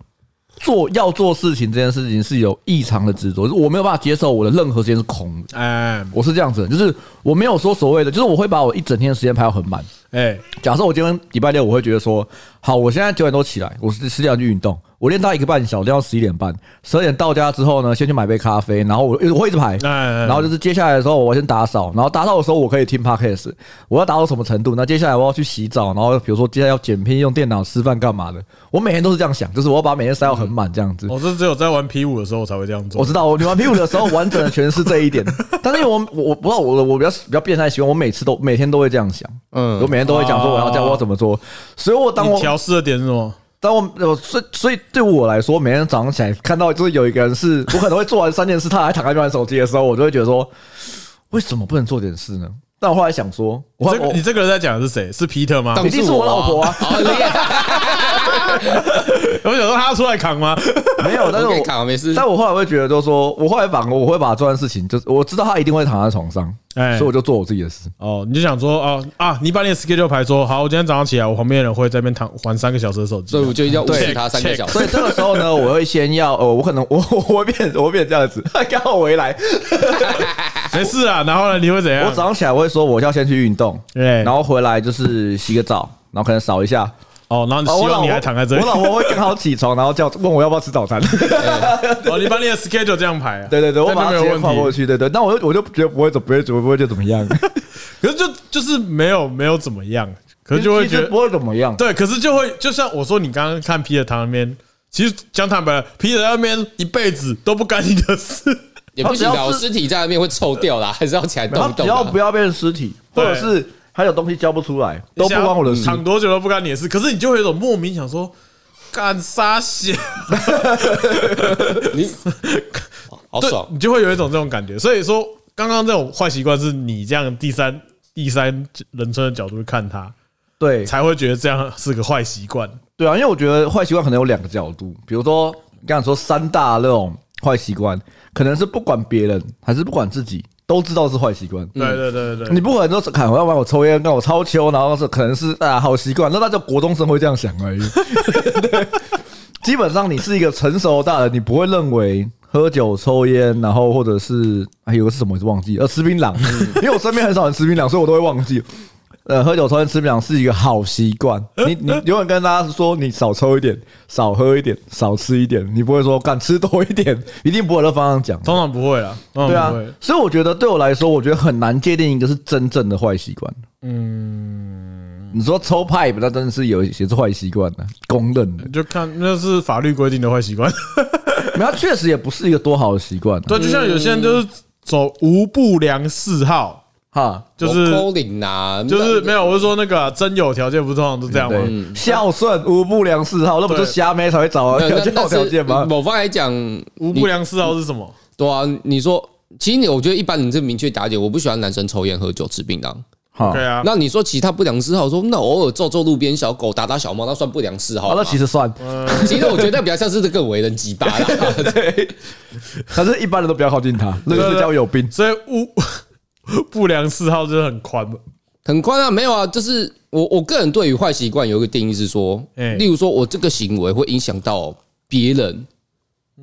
A: 做要做事情这件事情是有异常的执着，就是我没有办法接受我的任何时间是空的，
B: 哎
A: 我是这样子的，就是我没有说所谓的，就是我会把我一整天的时间排到很满。
B: 哎，
A: 假设我今天礼拜六，我会觉得说，好，我现在九点多起来，我是十点去运动，我练到一个半小时，练到十一点半，十二点到家之后呢，先去买杯咖啡，然后我我会一直排，
B: 哎
A: 然后就是接下来的时候，我先打扫，然后打扫的时候我可以听 podcast，我要打到什么程度？那接下来我要去洗澡，然后比如说接下来要剪片、用电脑、吃饭干嘛的？我每天都是这样想，就是我要把每天塞到很满这样子。
B: 我是只有在玩 P 五的时候才会这样
A: 我
B: 做
A: 知。道，我玩 P 五的时候完整的诠释这一点， 但是因为我我我不知道我的我比较比较变态习惯，我每次都每天都会这样想，
C: 嗯
A: 我每天都会讲说我要这样，
B: 哦
A: 我要怎么做，所以我当我
B: 你调试的点是什么？
A: 但我我所以所以对我来说，每天早上起来看到就是有一个人是我可能会做完三件事，他还躺在那边玩手机的时候，我就会觉得说，为什么不能做点事呢？但我后来想说，
B: 你
A: 我
B: 这个
A: 我
B: 你这个人在讲的是谁？是 Peter 吗？
C: 当
A: 一定是我老婆啊，
C: 好厉害，
B: 我想说他要出来扛 吗？
A: 没有，但是
C: 我可以
A: 我
C: 扛，没事。
A: 但我后来会觉得，就是说我后来反而我会把这件事情，就是我知道他一定会躺在床上，
B: 哎
A: 所以我就做我自己的事。
B: 哦，你就想说哦啊，你把你的 schedule 排说好，我今天早上起来，我旁边的人会在那边躺玩三个小时的手机
C: 所以。我就要无视
B: 对
C: 他三个小时
A: 所。以这个时候呢，我会先要呃，我可能我我我会变我会变这样子， 刚好回来，
B: 没事啊，然后呢，你会怎样？
A: 我早上起来我会说我要先去运动，
B: 对
A: 然后回来就是洗个澡，然后可能扫一下，
B: 哦，然后你
A: 哦，
B: 希
A: 我老
B: 望
A: 婆
B: 你还躺在这里
A: 我。老婆会刚好起床，然后叫问我要不要吃早 餐。
B: 哦，你把你的 schedule 这样排啊？
A: 对对对，我
B: 这
A: 把
B: 样
A: 它
B: 就
A: 直
B: 没
A: 接
B: 有
A: 跨过
B: 问题。
A: 去。对对，那我就我就觉得不会怎不会怎么不会就怎么样，
B: 可是就就是没有没有怎么样，可是就会
A: 其
B: 觉
A: 实
B: 得
A: 不会怎么样。
B: 对，可是就会就像我说，你刚刚看 Peter 他那边，其实讲坦白了，Peter 他那边一辈子都不干你的事，
C: 也不行
A: 他只
C: 的，
A: 要
C: 我
A: 是
C: 尸体在那边会臭掉啦，还是要起来
A: 然
C: 动
A: 后
C: 一
A: 只
C: 动啊
A: 要不
C: 啦。
A: 要变成尸体，或者
B: 对
A: 是还有东西交不出来，都不关我的
B: 想嗯
A: 事。
B: 躺多久都不干你的事。可是你就会有一种莫名想说，干啥血？
C: 你好
B: 对
C: 爽，，
B: 你就会有一种这种感觉。所以说，刚刚这种坏习惯是你这样第三第三人称的角度去看他，
A: 对
B: 才会觉得这样是个坏习惯。
A: 对啊，因为我觉得坏习惯可能有两个角度，比如说你刚才说三大那种坏习惯，可能是不管别人还是不管自己，都知道是坏习惯。
B: 对对对对对，
A: 你不可能说，看我要玩我抽烟，跟我超秋，然后是可能是啊好习惯，那那叫国中生会这样想 而已。对基本上你是一个成熟的大人，你不会认为喝酒、抽烟，然后或者是还有个是什么，我忘记了，呃，吃槟榔，
B: 嗯
A: 因为我身边很少人吃槟榔，所以我都会忘记。呃，喝酒、抽烟、吃槟榔是一个好习惯。你你永远跟大家说，你少抽一点，少喝一点，少吃一点，你不会说敢吃多一点，一定不会往这方向讲。
B: 通常不会啦，通
A: 对
B: 常
A: 啊
B: 不会。，
A: 所以我觉得对我来说，我觉得很难界定一个是真正的坏习惯。嗯，你说抽 pipe，那真的是有一些是坏习惯的，公认的。
B: 就看那是法律规定的坏 习惯。
A: 没有，它确实也不是一个多好的习惯啊。
B: 对，就像有些人就是走无不良嗜好，
A: 哈，
B: 就是
C: 扣零呐，
B: 就是没有，我是说那个啊真有条件，不是通常都这样吗？
C: 嗯
A: 对，孝顺、无不良嗜好，那不就
B: 对
A: 瞎妹才会找啊
C: 没有
A: 有
C: 那
A: 这
C: 那
A: 种条
C: 是
A: 件吗？
C: 某方来讲，
B: 无
C: 你
B: 不良嗜好是什么？
C: 对啊，你说。其实你，我觉得一般人这明确打解，我不喜欢男生抽烟、喝酒、吃槟榔。
A: 哈，
B: 对啊，
C: 那你说其他不良嗜好，说那偶尔揍揍路边小狗、打打小猫，那算不良嗜好
A: 好，
C: 吗？
A: 那其实算，
B: 嗯
C: 其实我觉得比较像是这个为人鸡巴啦。
A: 可是一般人都不要靠近他，那个是叫有病。
B: 所以无 不良嗜好就是很宽嘛。
C: 很宽啊，没有啊，就是我我个人对于坏习惯有一个定义是说
B: 哎，
C: 例如说我这个行为会影响到别人，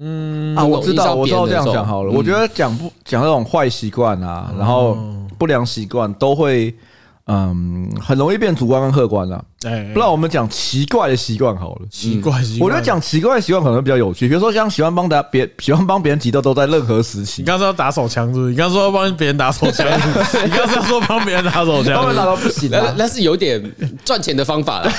B: 嗯
A: 啊，我知道，
C: 容
A: 我
C: 易
A: 知道
C: 上
A: 这
C: 边的
A: 样
C: 时候嗯
A: 讲好了。我觉得讲不讲那种坏习惯啊，然后
B: 哦
A: 不良习惯都会，嗯，很容易变主观跟客观啦。啊
B: 哎，
A: 不然我们讲奇怪的习惯好了。
B: 奇怪，奇怪
A: 我觉得讲奇怪的习惯可能比较有趣，比如说像喜欢帮大家别喜欢帮别人提豆豆，在任何时期
B: 你，刚刚要打手枪是不是？你刚刚说要帮别人打手枪， 你刚刚是要说帮别人打手
A: 他
B: 枪
A: 们，打到不行
C: 那
A: 啊，
C: 那是有点赚钱的方法 了，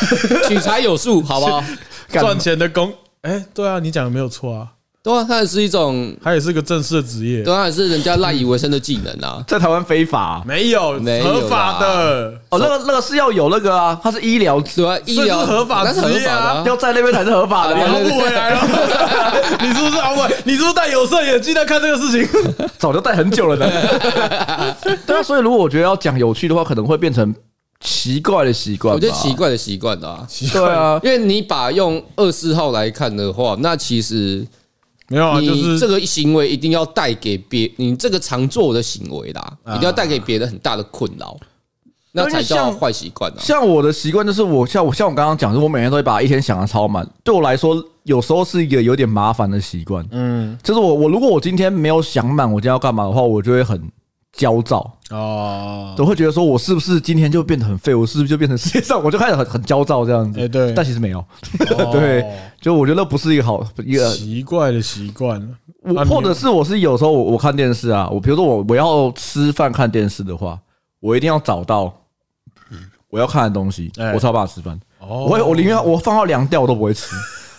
C: 取财有术，好不好？
A: 干
B: 赚钱的工。哎，对啊，你讲的没有错啊，
C: 对啊，它也是一种，
B: 它也是个正式的职业，
C: 对啊，也是人家赖以为生的技能啊。
A: 在台湾非法啊、
B: 没有
C: 没有啦
B: 合法的，
A: 哦，那个那个是要有那个啊，它是医疗，
C: 对啊，医疗
B: 这是合法
C: 那是合
B: 职业啊
C: 法的
A: 要
C: 啊，
A: 在那边才是合法的
C: 对
B: 我
A: 啊。
C: 对对
B: 不回来 了。你是不是阿伟？你是不是戴有色眼镜在看这个事情？
A: 早就戴很久了呢。 对啊，所以如果我觉得要讲有趣的话，可能会变成奇怪的习惯吧。
C: 我觉得奇怪的习惯的啊。
A: 对啊，
C: 因为你把用二四号来看的话，那其实
B: 没有啊，就
C: 你
B: 是
C: 这个行为一定要带给别，你这个常做的行为啦，一定要带给别人很大的困扰，那才叫坏习惯啊。
A: 像我的习惯就是我像我像我刚刚讲，就是我每天都会把一天想的超满。对我来说，有时候是一个有点麻烦的习惯。
B: 嗯
A: 就是我我如果我今天没有想满我今天要干嘛的话，我就会很焦躁。
B: 哦，
A: 都会觉得说我是不是今天就变得很废，我是不是就变成世界上我就开始很很焦躁这样子。
B: 哎对
A: 但其实没有，
B: 哦
A: 对，就我觉得不是一个好一个。
B: 奇怪的习惯，
A: 我
B: 啊
A: 或
B: 你
A: 者是我是有时候我我看电视啊，我比如说我我要吃饭看电视的话，我一定要找到我要看的东西，
B: 哎
A: 我才有办法吃饭。
B: 哦
A: 我会我宁愿我放到凉掉我都不会吃，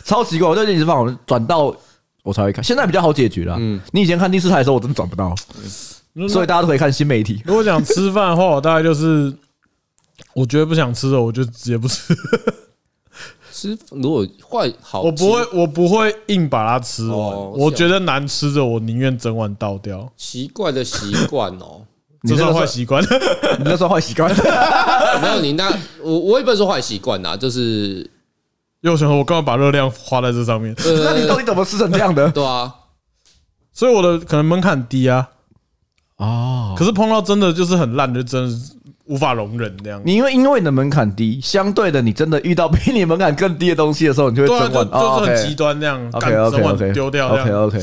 A: 超奇怪，我就一直放，我转到我才会看。现在比较好解决啦。
B: 嗯
A: 你以前看第四台的时候，我真的转不到， 所以大家都可以看新媒 体。
B: 如果讲吃饭的话，我大概就是，我觉得不想吃了，我就直接 不吃，
C: 吃如果坏好，
B: 我不会，我不会硬把它吃完。
C: 哦
B: 我觉得难吃的，我宁愿整碗倒掉，
C: 奇怪的习惯哦。
A: 你
B: 这
A: 那
B: 算
A: 个
B: 坏
A: 算
B: 习惯。
A: 你那算坏习惯。
C: 没有你那我我也不能说坏习惯啦，就是
B: 又想说，我干嘛把热量花在这上面？
A: 那你到
C: 呃，
A: 底怎么吃成这样的？
C: 对啊，
B: 所以我的可能门槛低啊，
A: 哦，
B: 可是碰到真的就是很烂，就真的是无法容忍这样。
A: 你因为因为你的门槛低，相对的，你真的遇到比你门槛更低的东西的时候，你就会
B: 对啊，
A: 整
B: 就
A: 碗
B: 就是很极
A: 极
B: 端那样，干
A: 哦 OK OK
B: 整
A: OK
B: 碗丢掉这
A: OK
B: 样。
A: OK。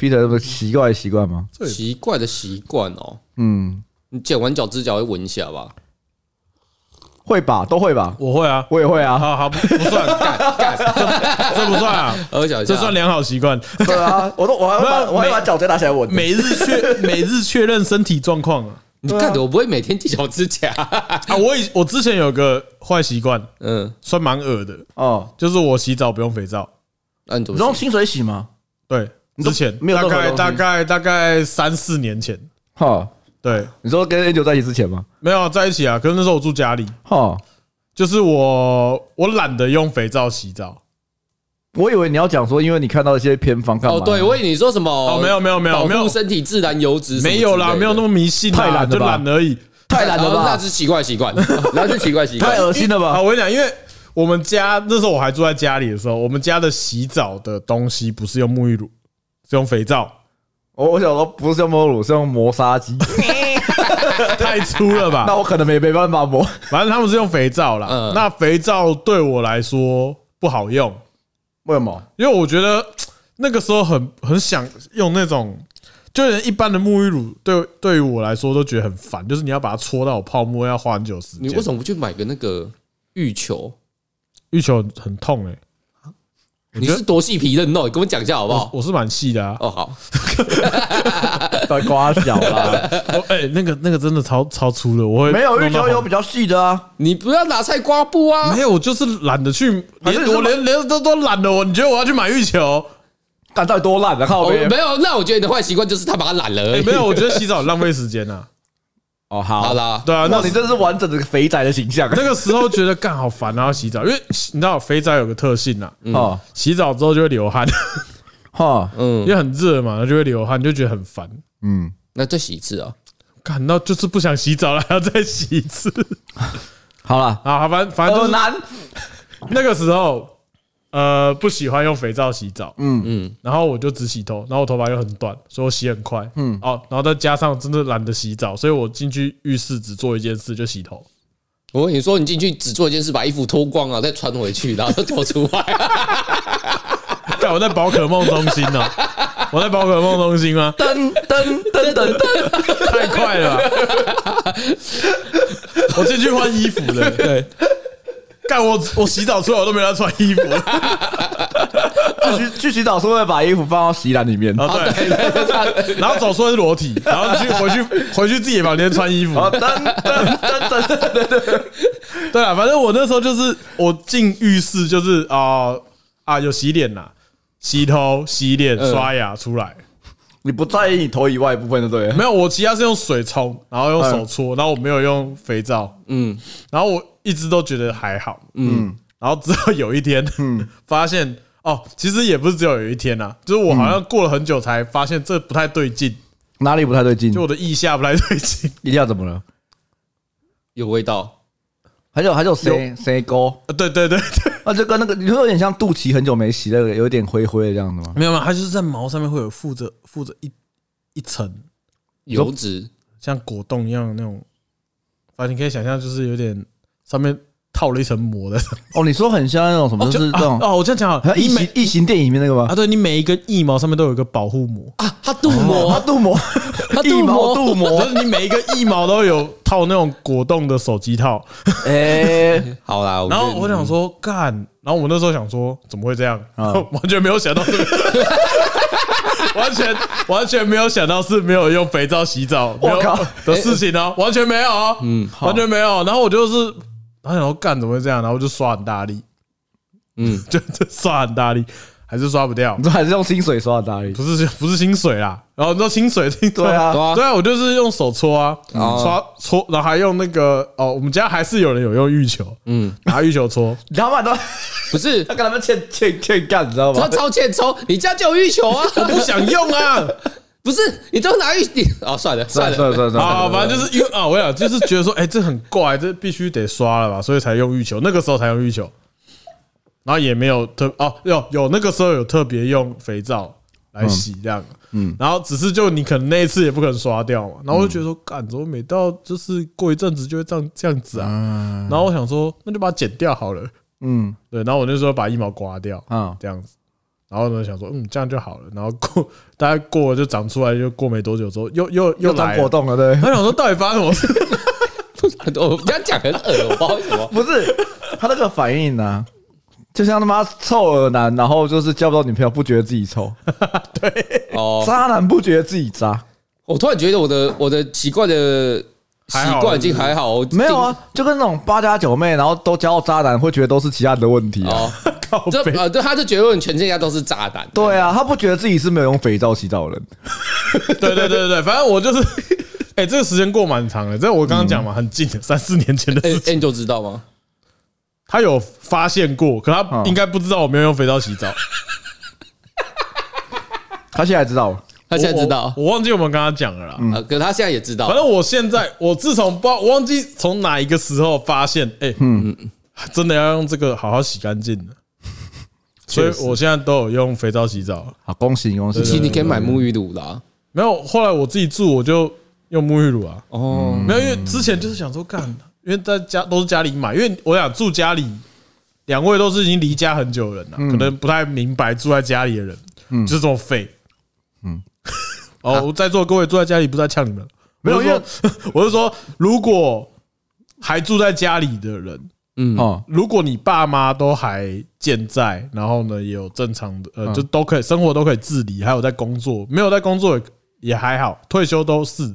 A: Peter 不是奇怪的习惯吗？
B: 对
C: 奇怪的习惯哦。
A: 嗯，
C: 你剪完脚趾甲会闻一下吧？
A: 会吧，都会吧，
B: 我会啊，
A: 我也会啊。
B: 好好不不算， 干这这不算啊，
C: 我想一下
B: 这算良好习惯。
A: 对啊，我都我还会把
B: 没有
A: 我还会把
B: 每
A: 脚趾拿起来闻。
B: 每日 确每日确认身体状况啊！
C: 你看的我不会每天剃脚趾甲，
B: 啊，我以我之前有个坏习惯，
C: 嗯，
B: 算蛮恶的，
A: 哦，
B: 就是我洗澡不用肥皂。
C: 那你怎
A: 你
C: 么
A: 是用
C: 说？
A: 清水洗吗？
B: 对，
A: 你都
B: 之前
A: 没有
B: 大
A: 任何
B: 概
A: 东西
B: 大概大概三四年前，
A: 哈，
B: 对，
A: 你说跟 A 九在一起之前吗？
B: 没有在一起啊。可是那时候我住家里，
A: 哈，
B: 就是我我懒得用肥皂洗澡。
A: 我以为你要讲说，因为你看到一些偏方干嘛？
C: 哦，对，我以为你说什么？
B: 哦，没有没有没有没
C: 保护
B: 有
C: 身体自然油脂什么之类的，
B: 没有啦，没有那么迷信啊，
A: 太懒了吧
B: 就懒而已。
A: 太懒了
C: 啊那
A: 吧，
C: 是奇怪习 惯，那是奇怪习惯
A: 太。恶心了吧
B: 好，？我跟你讲，因为我们家那时候我还住在家里的时候，我们家的洗澡的东西不是用沐浴乳，是用肥 皂。
A: 我我想说，不是用摸乳，是用磨砂 机。
B: 太粗了吧
A: 那？我可能没没办法磨。
B: 反正他们是用肥皂啦。
C: 嗯
B: 那肥皂对我来说不好用，
A: 为什么？
B: 因为我觉得那个时候很很想用那种，就连一般的沐浴乳对对于我来说都觉得很烦，就是你要把它搓到有泡沫，要花很久时
C: 你
B: 间
C: 为。什么不去买个那个浴球？
B: 浴球很痛哎、
C: 你是多细皮嫩肉？你跟我讲一下好不
B: 我
C: 好？
B: 我是蛮细的啊。
C: 哦，好，
A: 在刮小啦，
B: 哦哎，那个那个真的超超粗的，我 会
A: 没有
B: 弄
A: 浴
B: 到
A: 球有
B: 红
A: 比较细的啊。
C: 你不要拿菜瓜布啊
B: 没！有，我就是懒得去，
A: 还是
B: 连
A: 你是
B: 我连连都都懒得我，你觉得我要去买浴球？
A: 干到底多烂啊！靠
C: 哦，
A: 边
C: 没有，那我觉得你的坏习惯就是他把它懒了而
B: 哎
C: 已。
B: 没有，，我觉得洗澡很浪费时间呐。
A: 哦，好
C: 好。啦，
B: 对啊，那
A: 那你真是完整的肥宅的形象啊
B: 那个时候觉得干好烦啊，要洗澡，因为你知道肥皂有个特性啊，
A: 哦
B: 洗澡之后就会流汗，
A: 哈
B: 因
C: 嗯，
B: 为很热嘛，就会流汗，就觉得很烦。
A: 嗯，
C: 那再洗一次啊。
B: 感到就是不想洗澡了，还要再洗一次
A: 好啦，
B: 啊！反正反正
A: 耳
B: 就是
A: 男
B: 那个时候，呃，不喜欢用肥皂洗澡，嗯嗯，然后我就只洗头，然后我头发又很短，所以我洗很快，嗯，哦，然后再加上真的懒得洗澡，所以我进去浴室只做一件事，就洗头。
C: 我跟你说，你 进去只做一件事，把衣服脱光啊，再穿回去，然后再跳出来。
B: 干我在宝可梦中心呢、 我在宝可梦中心吗？
A: 噔噔噔噔噔，
B: 太快 了吧，我进去换衣服了。 对，干我我洗澡出来我都没让他穿 衣服。
A: 去洗去洗澡是为了把衣服放到洗衣篮里面。
B: 啊，对，然后走出来是裸体，然后去回去回去自己的房间穿衣服。
A: 好，哦噔噔噔噔噔噔，
B: 对啊，反正我那时候就是我进浴室就是啊、啊有洗脸啦，洗头、洗脸、
C: 嗯
B: 刷牙出来。
A: 你不在意你头以外的部分就对了。
B: 没有，我其他是用水冲，然后用手搓，然后我没有用肥皂，
C: 嗯，
B: 然后我一直都觉得还好，嗯，然后直到有一天，嗯， 发现哦，其实也不是只有有一天啊，就是我好像过了很久才发现这不太对劲，
A: 哪里不太对劲？
B: 就
A: 就
B: 我的腋下不太对劲，
A: 一定要怎么了？
C: 有味道，
A: 还有还有谁谁沟？
B: 啊，对对对对，
A: 啊，就跟那个，你说有点像肚脐很久没洗，那个有点灰灰的这样子吗？
B: 没有没有，它就是在毛上面会有附着附着一一层
C: 油脂，
B: 像果冻一样的那种，反正你可以想象，就是有点上面套了一层膜的，
A: 哦，你说很像那种什么， 就是这
B: 啊
A: 种，
B: 哦，我这样讲好
A: 好
B: 了，
A: 像异
B: 你每
A: 形异形电影里面那个吗
B: 啊，？对你每一根腋毛上面都有一个保护膜，
C: 啊，它镀
A: 哦它
C: 膜，
A: 镀啊膜，
C: 它
A: 一
C: 镀
A: 毛
C: 膜，
A: 镀膜
B: 就。是你每一个腋毛都有套那种果冻的手机套。
A: 哎，
C: 好啦，
B: 然后
C: 觉得
B: 我想说干，然后我那时候想说怎么会这样，
A: 啊
B: 完全没有想到这个。 完全完全没有想到是没有用肥皂洗澡，没有
A: 我靠
B: 的事情呢、完全没有哦，嗯，完全没有。然后我就是，然后想说干怎么会这样，然后我就刷很大力，
C: 嗯，
B: 就就刷很大力，还是刷不掉
A: 你，说还是用清水刷的哪里？
B: 不是不是清水啦，然后你知道清水
A: 对，啊
C: 对，啊
B: 对，啊，我就是用手搓啊，
C: 哦
B: 刷搓，然后还用那个哦，我们家还是有人有用浴球，
C: 嗯，
B: 拿浴球搓，
A: 你他妈都
C: 不是
A: 他，跟他们欠欠欠干，你知道
C: 它
A: 吗？
C: 超欠抽，你家就有浴球啊，
B: 我不想用啊，
C: 不是，你都拿浴，你哦，算了
A: 算了算
C: 算了，
A: 了算了算
B: 啊，
A: 了，
B: 反正就是因为啊，我想就是觉得说，哎，这很怪，这必须得刷了吧，所以才用浴球，那个时候才用浴球，然后也没有特哦，有有那个时候有特别用肥皂来洗这样，嗯，然后只是就你可能那一次也不可能刷掉嘛，然后我就觉得说，干怎么每到就是过一阵子就会这样这样子啊，然后我想说，那就把它剪掉好了。
A: 嗯
B: 对，然后我那时候把一毛刮掉，
A: 嗯
B: 这样子，然后呢想说，嗯，这样就好了。然后过大概过了就长出来，就过没多久之后，又又
A: 又
B: 来
A: 当
B: 了
A: 果。冻了，对。
B: 他想说，到底发生什么事？
C: 我这样讲很恶，我不知道为什么，
A: 不是他那个反应呢、就像他妈臭耳男，然后就是交不到女朋友，不觉得自己臭；
C: 哦，
A: 渣男不觉得自己渣。
C: 我突然觉得我的我的奇怪的习惯已经还好，我
A: 没有啊，就跟那种八家九妹，然后都交到渣男，会觉得都是其他人的问题
C: 定，
A: 啊。
C: 哦，
B: 靠
C: 这
B: 北，
C: 呃，对，他就觉得你全天下都是炸 弹，
A: 对啊，他不觉得自己是没有用肥皂洗澡的人。
B: 对对对对对，反正我就是，哎，这个时间过蛮长的。这我刚刚讲嘛，很近的，三四年前的
C: 嗯哎
B: 事。
C: 哎，你就知道吗？
B: 他有发现过，可
C: 嗯
B: 他应该不知道我没有用肥皂洗澡。
A: 他现在知道了，
C: 他现在知道，
B: 我我忘记我们刚刚讲了啦。
C: 呃，可他现在也知
B: 反
C: 道，
B: 正我现在，我自从不知道我忘记从哪一个时候发现，哎、嗯，真的要用这个好好洗干净的。所以
C: 确实
B: 我现在都有用肥皂洗澡。
A: 好，恭喜你恭喜
C: 其实
A: 你！
C: 你可以买沐浴乳啦。
B: 没有，后来我自己住，我就用沐浴乳啊。
C: 哦，
A: 嗯
B: 没有，因为之前就是想说干，因为在家都是家里买，因为我想住家里，两位都是已经离家很久的人了、
A: 嗯
B: 可能不太明白住在家里的人就是这么废。嗯， 哦，在座各位住在家里不是在呛你们，
A: 没有
B: 我是说我是说，如果还住在家里的人，
C: 嗯，
A: 哦，
B: 如果你爸妈都还健在，然后呢也有正常的，呃，
A: 嗯
B: 就都可以生活都可以自理，还有在工作，没有在工作也也还好，退休都是。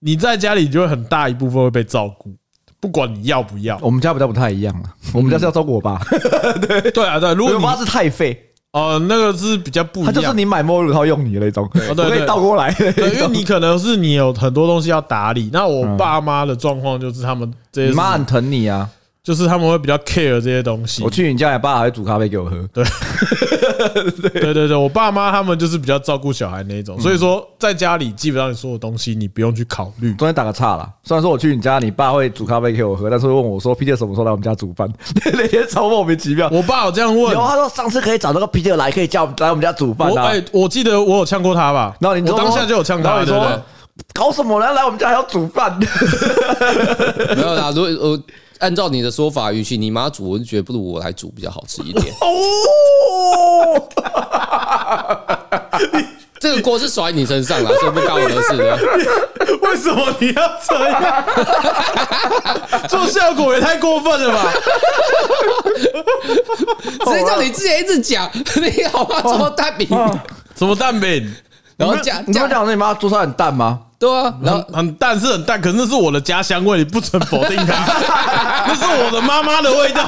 B: 你在家里就会很大一部分会被照顾，不管你要不要。
A: 我们家比较不太一样了，我们家是要照顾我爸，
B: 对啊，对啊，如果
A: 我
B: 嗯你
A: 爸是太废，
B: 呃那个是比较不一
A: 他就是
B: 样，
A: 你买沐浴乳他用你的那种，
B: 哦
A: 我
B: 对
A: 可以
B: 对
A: 倒过来的
B: 对，
A: 那
B: 因为
A: 种。
B: 你可嗯能是你有很多东西要打理。那我爸妈的状况就是他们这些
A: 你
B: 事
A: 妈很
B: 情，
A: 疼你啊！
B: 就是他们会比较 care 这些东西
C: 嗯
A: 我。去你家，你爸还会煮咖啡给我喝。
B: 对对对，我爸妈他们就是比较照顾小孩那
C: 嗯
B: 一种，所以说在家里基本上你所有东西你不用去考
C: 嗯
B: 虑。
A: 中间打个岔啦，虽然说我去你家，你爸会煮咖啡给我喝，但是会问我说皮特什么时候来我们家煮饭， 那天超莫名其妙。
B: 我爸有这样问
A: 有，啊他说上次可以找那个皮特来，可以叫来我们家煮饭
B: 我
A: 啊。
B: 哎、我记得我有呛过他吧？
A: 然后你
B: 我
A: 就说
B: 当下就有呛
A: 然后
B: 他，
A: 你
B: 对不
A: 说
B: 对？
A: 搞什么呢？来我们家还要煮 饭？
C: 没有啦。如果我按照你 的说法，与其你妈煮，我就觉得不如我来煮比较好吃一点。
A: 哦，
C: 这个锅是甩你身上了，这不干我的事的。
B: 为什么你要这样？做效果也太过分 了吧！
C: 谁叫你之前一 直讲， 你好吧做蛋饼，
B: 什么蛋饼？
C: 然后 加
A: 哦你们
C: 加
A: 讲的你妈做菜很淡吗？
C: 对啊，然后
B: 很淡是很淡，可是那是我的家乡味，你不准否定它。 那是我的妈妈的味道，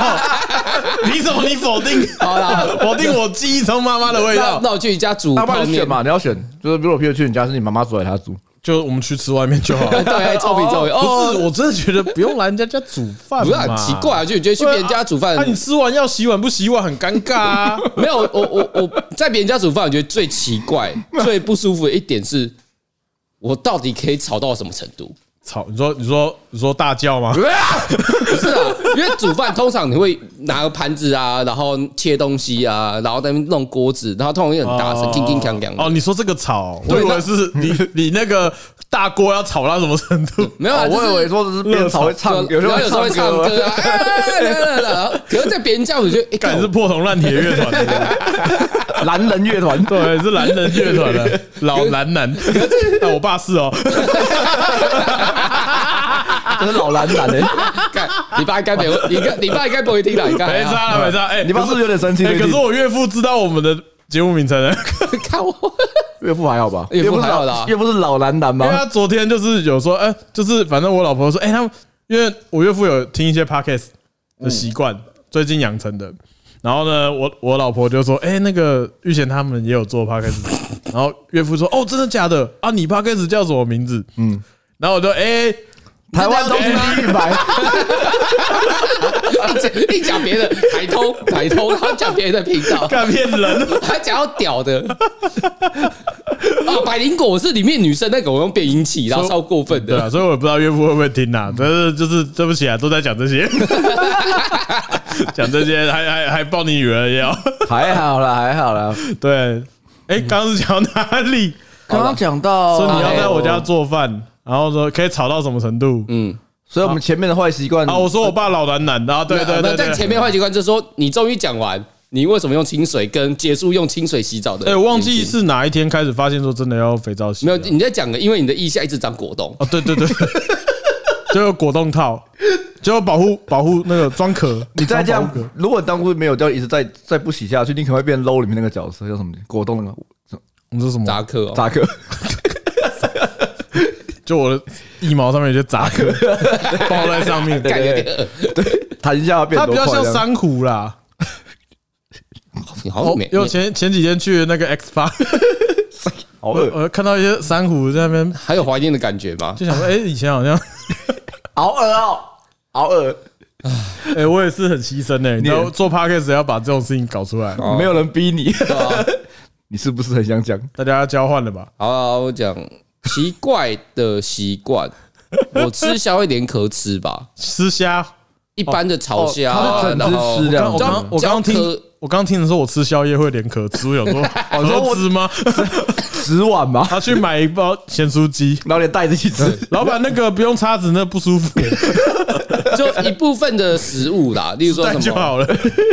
B: 凭什么你否定？
C: 好啦
B: 否定我记忆中妈妈的味
C: 那
B: 道。
C: 那我去你家煮
A: 啊那不然
C: 泡
A: 你
C: 面
A: 选嘛，你要选，就是比如我譬如去你家是你妈妈煮还是她煮？
B: 就我们去吃外面就好 了。
C: 对，臭皮臭皮
B: 不是，
C: 哦，
B: 我真的觉得不用来人家家煮饭
C: 不是
B: 嘛，
C: 很奇怪啊，就你觉得去别人家煮饭
B: 那、啊、你吃完要洗碗不洗碗很尴尬 啊！
C: 没有，我我我在别人家煮饭，我觉得最奇怪、 最不舒服的一点是，我到底可以吵到什么程度？
B: 操，你说你说你说大叫吗？
C: 不是啊，因为煮饭通常你会拿个盘子啊，然后切东西啊，然后在那边弄锅子，然后通常也很大声，叮叮锵锵
B: 哦，
C: 的。
B: 你说这个吵，我
C: 对
B: 以
C: 那
B: 为是你你那个大锅要吵到什么程度？
C: 没有啊，
A: 哦
C: 就
A: 我
C: 是
A: 以为说是边吵会唱，
C: 有
A: 有时候
C: 有时候会唱
A: 歌
C: 歌啊，哎哎哎哎哎哎可是在别人家，我觉得哎，
B: 感
C: 干
B: 是破铜烂铁乐团的，
A: 男人乐团，
B: 对，是男人乐团的老男男。但我爸是哦，
A: 真是老欸男男的。
C: 干你爸应该没有，你该你爸应该不会听的，你
B: 没
C: 看啊，
B: 差了没差。哎，
A: 你爸是不是有点生气？
B: 哎，
A: 最
B: 可
A: 近
B: 是我岳父知道我们的节目名称了，
C: 看我。
A: 岳父还好吧？
C: 岳父还好
A: 岳
C: 啦
A: 是老岳父是老男男
B: 因为
A: 吗？
B: 他昨天就是有说，哎，就是反正我老婆说，哎，他们因为我岳父有听一些 podcast 的习惯，最近养成的。然后呢，我我老婆就说，哎，那个玉贤他们也有做 podcast，然 后岳父说，哦，真的假的啊？你 podcast 叫什么名字？嗯，然后我就哎。
A: 台湾东
B: 啊
A: 区第一白，
C: 一讲一讲别的，台通台通，然后讲别的频道，
B: 干骗人！
C: 还讲到屌的。啊，百灵果是里面女生那个，我用变音器，然后超过分
B: 对
C: 的。
B: 啊，所以我也不知道岳父会不会听呐、但是就是对不起啊，都在讲这些，讲这些，还还还抱你女儿一样。
A: 还好啦，还好啦。
B: 对，哎、刚刚是讲哪里？
A: 刚刚讲
C: 哦
A: 到，
B: 说你要在我家做饭，然后说可以吵到什么程度？
C: 嗯，
A: 所以我们前面的坏习惯
B: 啊，我说我爸老男男，然后对对
C: 那
B: 对
C: 在
B: 对，
C: 前面坏习惯就是说，你终于讲完，你为什么用清水跟结束用清水洗澡的？
B: 哎、忘记是哪一天开始发现说真的要肥皂洗
C: 没
B: 了，
C: 有？你在讲的，因为你的腋下一直长果冻，
B: 哦，对对对， 就有果冻套，就有保护保护那个装壳。
A: 你再这
B: 装
A: 样
B: 保护壳，
A: 如果当初没有掉，一直在再不洗下去，你可能会变 low 里面那个角色叫什么？果冻那
B: 哦
A: 个
B: 你说什么？
C: 扎克哦，
A: 扎克，
B: 就我的腋毛上面有些杂 壳包在上面，
C: 感觉有点恶。
A: 弹一下变
B: 它
A: 多
B: 比
A: 块
B: 较
A: 这
B: 像
A: 样。
B: 珊瑚啦。哦
C: 你好像没
B: 因为我前前几天去那个 X 八，
A: 好
B: 我
A: 饿，
B: 我看到一些珊瑚在那边，
C: 还有怀念的感觉吧？
B: 就想说，哎，以前好像，
A: 好饿哦，好饿，
B: 哎，我也是很牺牲欸的。你要做 podcast 要把这种事情搞出来，
A: 没有人逼你，
C: 对啊，
A: 你是不是很想讲？
B: 大家要交换了吧？
C: 好啊，我讲奇怪的习惯，我吃虾会连壳吃吧，
B: 吃虾，
C: 一般的炒虾
A: 哦
C: 啊，
A: 它是整
C: 然
A: 只
C: 后
A: 吃这样
B: 我
A: 子
B: 刚
A: 吗
B: 我刚
C: 这
B: 听
C: 样可，
B: 我刚听的时候，我吃宵夜会连壳吃，我想 说壳吃吗？
A: 十碗吗？
B: 他去买一包咸酥鸡，
A: 然后连带着一起吃，
B: 老板那个不用叉子，那不舒服，
C: 就一部分的食物啦，例如说
B: 带
C: 什
B: 就
C: 么
B: 好了。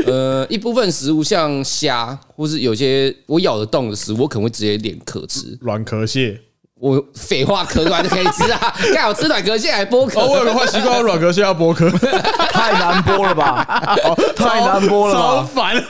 C: 呃，一部分食物像虾，或是有些我咬得动的食物，我可能会直接连壳吃。
B: 软壳蟹，
C: 我废话，壳卵就可以吃啊， 看我吃软壳蟹还剥
B: 哦，我有个
C: 壳，
B: 坏习惯，我软壳蟹要剥壳，
A: 太难剥了吧？ 哦太难剥了
B: 超
A: 吧？
B: 烦。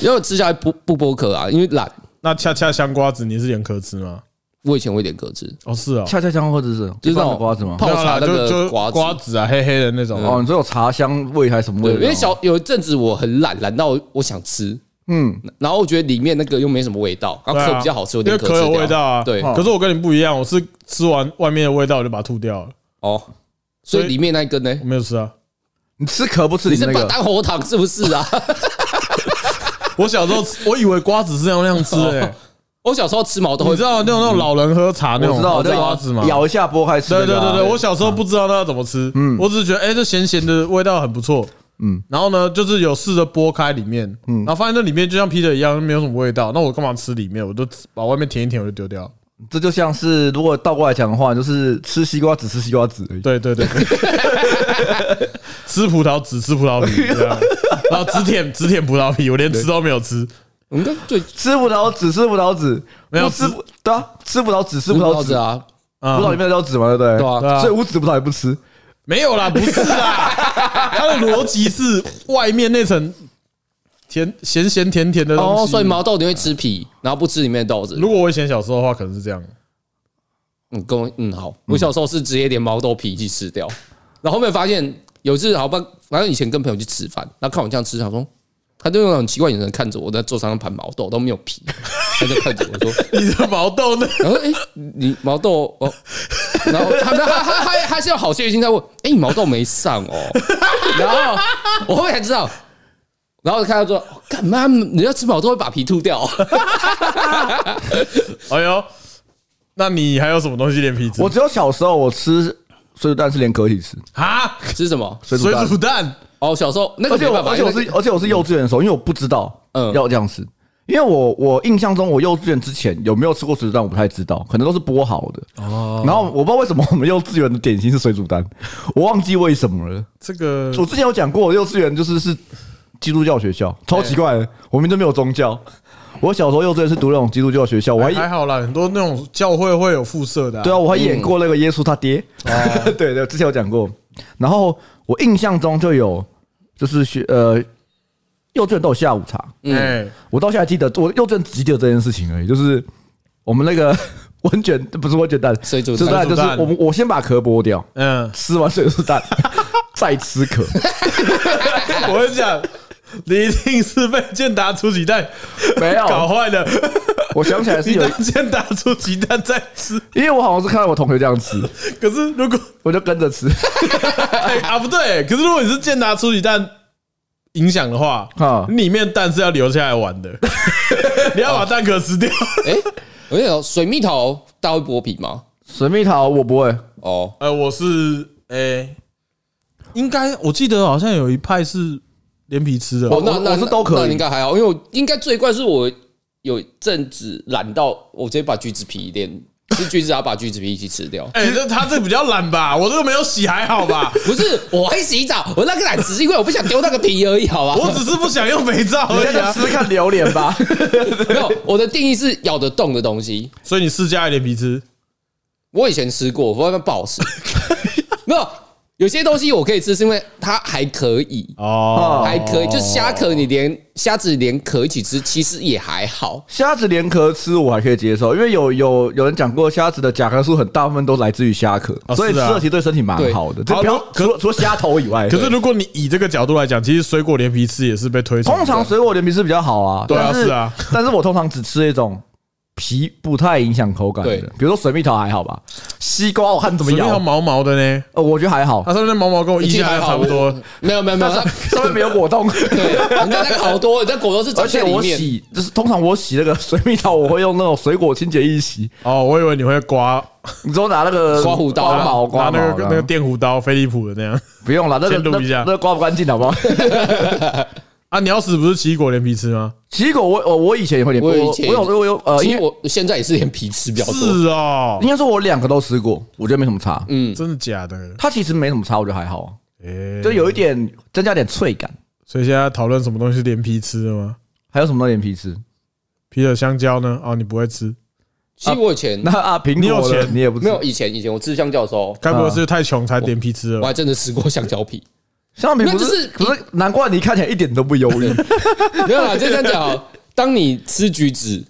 C: 因为我吃下来不不剥壳啊，因为懒。
B: 那恰恰香瓜子，你是连壳吃吗？
C: 我以前会连壳吃，
B: 哦，是哦，
A: 恰恰香或者是
C: 就是那种
A: 一般的瓜子吗？
C: 泡茶那
B: 没有啦
C: 个
B: 就就
C: 瓜子
B: 瓜子啊，黑黑的那种。
A: 哦，你说有茶香味还是什么味
C: 对，
B: 啊
A: 道？
C: 因为小有一阵子我很懒，懒到我想吃，
A: 嗯，
C: 然后我觉得里面那个又没什么味道，然后
B: 对啊
C: 壳比较好吃，我
B: 因
C: 连
B: 为
C: 壳
B: 壳
C: 吃
B: 有
C: 掉
B: 味道啊，
C: 对，
B: 可是我跟你不一样，我是吃完外面的味道我就把它吐掉了，
C: 哦，所以里面那一根呢
B: 我？没有 吃啊。
A: 你吃壳不吃
C: 你
A: 你
C: 是
A: 那
C: 把它
A: 个？
C: 当喉糖是不是啊？
B: 我小时候吃我以为瓜子是要那样吃 诶、
C: 我小时候吃毛豆
B: 你
C: 会
B: 知道那种那种老人喝茶那
A: 我知
B: 种
A: 道，
B: 那
A: 就
B: 种瓜子吗？
A: 咬一下剥开吃那
B: 对
A: 个
B: 对
A: 啊。嗯
B: 对对，我小时候不知道那要怎么吃，我只是觉得哎、这咸咸的味道很不错，嗯，然后呢，就是有试着剥开里面，嗯，然后发现那里面就像 Peter 一样没有什么味道，那我干嘛吃里面？我就把外面舔一舔，我就丢掉。
A: 这就像是如果倒过来讲的话，就是吃西瓜只吃西瓜籽而已。
B: 对 对对，
A: 哎
B: 吃葡萄只吃葡萄皮，这样，然后只舔只舔葡萄皮，我连吃都没有吃。
C: 我们跟最
A: 吃葡萄籽，吃葡萄籽，
B: 没有
A: 不吃
B: 吃
A: 葡对啊，吃葡萄籽，吃
C: 葡
A: 葡萄
C: 萄
A: 籽
C: 籽，啊，
A: 葡萄里
B: 啊，
A: 面都有籽嘛，对不对？
C: 对啊
B: 对啊
A: 所以无籽葡萄也不吃。
B: 没有啦，不是 啦，它的逻辑是外面那层甜咸咸甜甜的东
C: 哦，
B: 西。
C: 所以毛豆你会吃皮，然后不吃里面的豆子。
B: 如果我以前小时候的话，可能是这样。
C: 嗯，跟我嗯好，我小时候是直接连毛豆皮一起吃掉，然后后面发现有一次好吧，反正以前跟朋友去吃饭，然后看我这样吃，想说他就用那种奇怪眼神看着我在桌上盘毛豆都没有皮，他就看着我说，
B: 你的毛 豆呢？
C: 然后哎、你毛豆哦，然后他他他他他现在好些心在问，哎、你毛豆没上哦，然后我后面才知道。然后看到说，哦干嘛？你要吃毛豆会把皮吐掉、
B: 哎呦，那你还有什么东西连皮吃？
A: 我只有小时候我吃水煮蛋是连壳一起吃，
B: 啊，
C: 吃什么？
A: 水煮
B: 水
A: 蛋。
B: 煮蛋，
C: 哦，小时候那个
A: 而且
C: 没
A: 我
C: 办法，
A: 而且我
C: 因为
A: 是而且我是幼稚园的时候，因为我不知道
C: 嗯
A: 要这样吃，因为我我印象中我幼稚园之前有没有吃过水煮蛋我不太知道，可能都是剥好的。哦，然后我不知道为什么我们幼稚园的点心是水煮蛋，我忘记为什么了。
B: 这个
A: 我之前有讲过，我幼稚园就是是基督教学校，超奇怪的，我们都没有宗教。我小时候幼稚园是读那种基督教学校，我还
B: 还好啦，很多那种教会会有附设的、
A: 对啊，，我还演过那个耶稣他爹。对对，之前有讲过。然后我印象中就有，就是学呃，幼稚园都有下午茶，
B: 哎、
A: 我到现在还记得，我幼稚园只记得这件事情而已，就是我们那个 温卷不是温卷蛋，
C: 水煮蛋
A: 水就是
B: 水煮蛋
A: 我们我先把壳剥掉，
B: 嗯，
A: 吃完水煮蛋 再吃壳，
B: 我跟你讲，你一定是被健达出鸡蛋
A: 没
B: 搞
A: 有，
B: 坏的，
A: 我想起来是
B: 你
A: 有，
B: 当健达出鸡蛋在吃，
A: 因为我好像是看到我同学这样 吃，
B: 可是如果
A: 我就跟着吃，
B: 哎、啊不对、可是如果你是健达出鸡蛋影响的话，
A: 哈
B: 你里面蛋是要留下来 玩的，你要把蛋壳吃掉。
A: 哦
C: 哎、我跟你讲，水蜜桃大家会剥皮吗？
A: 水蜜桃我不会，
C: 哦，
B: 呃，我是哎、应该我记得好像有一派是连皮吃的
C: 哦，那
A: 我
C: 那
A: 我是都可以
C: 那应该还好，因为我应该最怪是我有一阵子懒到我直接把橘子皮连吃橘子，然后把橘子皮一起吃掉。
B: 哎、这他这个比较懒吧，我这个没有洗还好吧，
C: 不是，我会洗澡，我那个懒只是因为我不想丢那个皮而已，好吧？
B: 我只是不想用肥皂
A: 你
B: 而
A: 现
B: 已、
A: 在
B: 啊。
A: 就吃看榴莲吧，
C: 没有，我的定义是咬得动的东西。
B: 所以你试加一点皮吃，
C: 我以前吃过，我外面不好吃。没有，有些东西我可以吃，是因为它还可以，
B: 哦，
C: 还可以。就虾壳，你连虾子连壳一起吃，其实也还好。
A: 虾子连壳吃我还可以接受，因为有有有人讲过，虾子的甲壳素很大部分都来自于虾壳，
B: 啊
A: 所以
B: 是
A: 吃
B: 啊
A: 了其哦实对身体蛮好的。
B: 对
A: 这不要
B: 好
A: 除了除了虾头以外，
B: 哎可是
A: 对
B: 如果你以这个角度来讲，其实水果连皮吃也是被推崇的。
A: 通常水果连皮是比较好啊。
B: 对啊
A: 但
B: 是啊，
A: 但是我通常只吃一种皮不太影响口感的
C: 对，
A: 比如说水蜜桃还好吧，西瓜我看怎么
B: 水蜜桃
A: 咬，
B: 毛毛的呢，啊
A: 呃，我觉得还 好
B: 它，上面的毛毛跟我
C: 已
B: 印
C: 经
B: 象还差不多。
C: 没有没有没有，它
A: 上面没有果冻。
C: 对，人家那好多，人家果冻是
A: 而
C: 长
A: 且
C: 在里
A: 我
C: 面。
A: 洗，就是通常我洗那个 水蜜桃，我会用那种水果清洁液洗，
B: 哦，我以为你会刮
A: 你之后拿那个
C: 刮胡刀
A: 刮
C: 啊
A: 毛
B: 拿
A: 刮毛
B: 那个
A: 的
B: 那个电弧刀，飞利浦的那样。
A: 不用了，那个
B: 先录一
A: 那
B: 下
A: 那个刮不干净，好不好？
B: 啊，鸟屎不是奇异果连皮吃吗？
A: 奇异果我，我我以前也会点，
C: 我
A: 我
C: 以前也
A: 我有我有呃，
C: 其
A: 因
C: 实
A: 为
C: 我现在也是连皮吃比较多，
B: 是哦
A: 应，该说我两个都吃过，我觉得没什么差。嗯，
B: 真的假的？
A: 它其实没什么差，我觉得还好啊，
B: 诶，
A: 就有一点增加点脆感。
B: 所以现在讨论什么东西连皮吃的吗？
A: 还有什么连皮吃？
B: 皮的香蕉呢？哦，你不会吃，
C: 其实我以前
A: 那啊，苹
B: 你有
A: 果的
B: 钱
A: 你也不
C: 没
A: 吃
C: 有，以前以前我吃香蕉的时候，
B: 该不会是太穷才连皮吃的
C: 我
A: 啊
B: 吧？
C: 还真的吃过香蕉皮。
A: 像苹
C: 那
A: 果
C: 就是
A: 不是？难怪你看起来一点都不忧 郁。
C: 没有啦，就这样讲哦。当你吃橘子，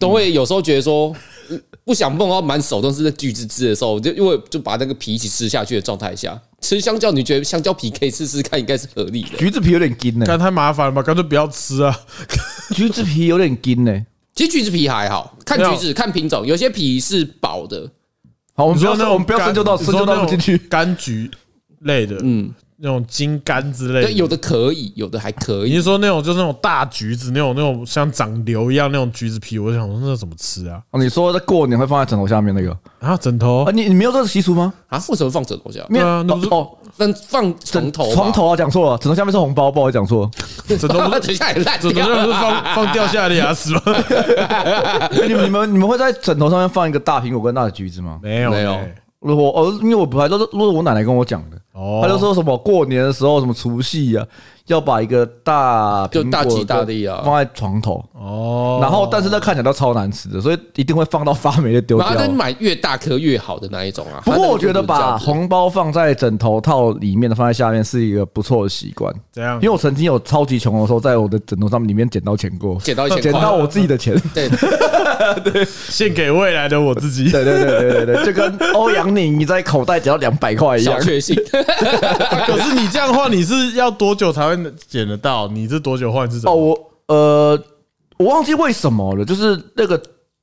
C: 都会有时候觉得说呃不想碰到满手都是橘子汁的时候，我就因为就把那个皮一起吃下去的状态下，吃香蕉，你觉得香蕉皮可以试试看，应该是合理的。
A: 橘子皮有点筋呢，
B: 干太麻烦了吧，干脆不要吃啊！
A: 橘子皮有点筋呢。
C: 其实橘子皮还好看橘子看品种，有些皮是薄的，
A: 好，我们不
B: 你说
A: 要
B: 那
A: 说
B: 种
A: 我们不要深究到
B: 柑
A: 深究到不进
B: 你
A: 去
B: 说。那种柑橘类的，嗯，那种金柑之类的，
C: 对，有的可以，有的还可
B: 你
C: 以
B: 是。说那种就是那种大橘子，那种那种像长瘤一样那种橘子皮，我就想说那怎么吃啊？
A: 哦你说在过年会放在枕头下面那个
B: 啊，枕头
A: 啊？，你你没有这个习俗吗？
C: 啊，为什么放枕头下？
A: 没有
B: 对啊那不是
A: 哦，
C: 但放床头吧，
A: 床 头啊，讲错了，枕头下面是红包，不好意思讲 错了。
B: 枕头不是
C: 等一下也烂
B: 枕头
C: 掉
B: 那不是
C: 了。
B: 放放掉下来的牙 齿吗？
A: 哎你们你们你们会在枕头上面放一个大苹果跟大的橘子吗？
B: 没有
C: 没有
B: 欸
A: 我哦，因为我本来都是都是我奶奶跟我讲的，
B: 哦，
A: 他就说什么过年的时候什么除夕啊，要把一个大
C: 就大吉
A: 吉
C: 大利啊
A: 放在床头，
B: 哦，
A: 然后但是那看起来都超难吃的，所以一定会放到发霉就丢
C: 然后他就
A: 掉。
C: 买越大颗越好的那一种啊。
A: 不
C: 他那
A: 过
C: 个
A: 我觉得
C: 就是这
A: 把
C: 样子
A: 红包放在枕头套里面的放在下面是一个不错的习惯，
B: 怎样
A: 因为我曾经有超级穷的时候，在我的枕头上面里面捡到钱过，
C: 捡到一千
A: 捡
C: 块
A: 到我自己的 钱。
C: 对，
B: 献给未来的我自己。
A: 对对对对对对，就跟欧阳宁你在口袋捡到两百块一样
C: 小。确幸。
B: 可是你这样的话，你是要多久才会捡得到？你是多久换是怎
A: 哦，
B: 么？
A: 我呃，我忘记为什么了，就是那个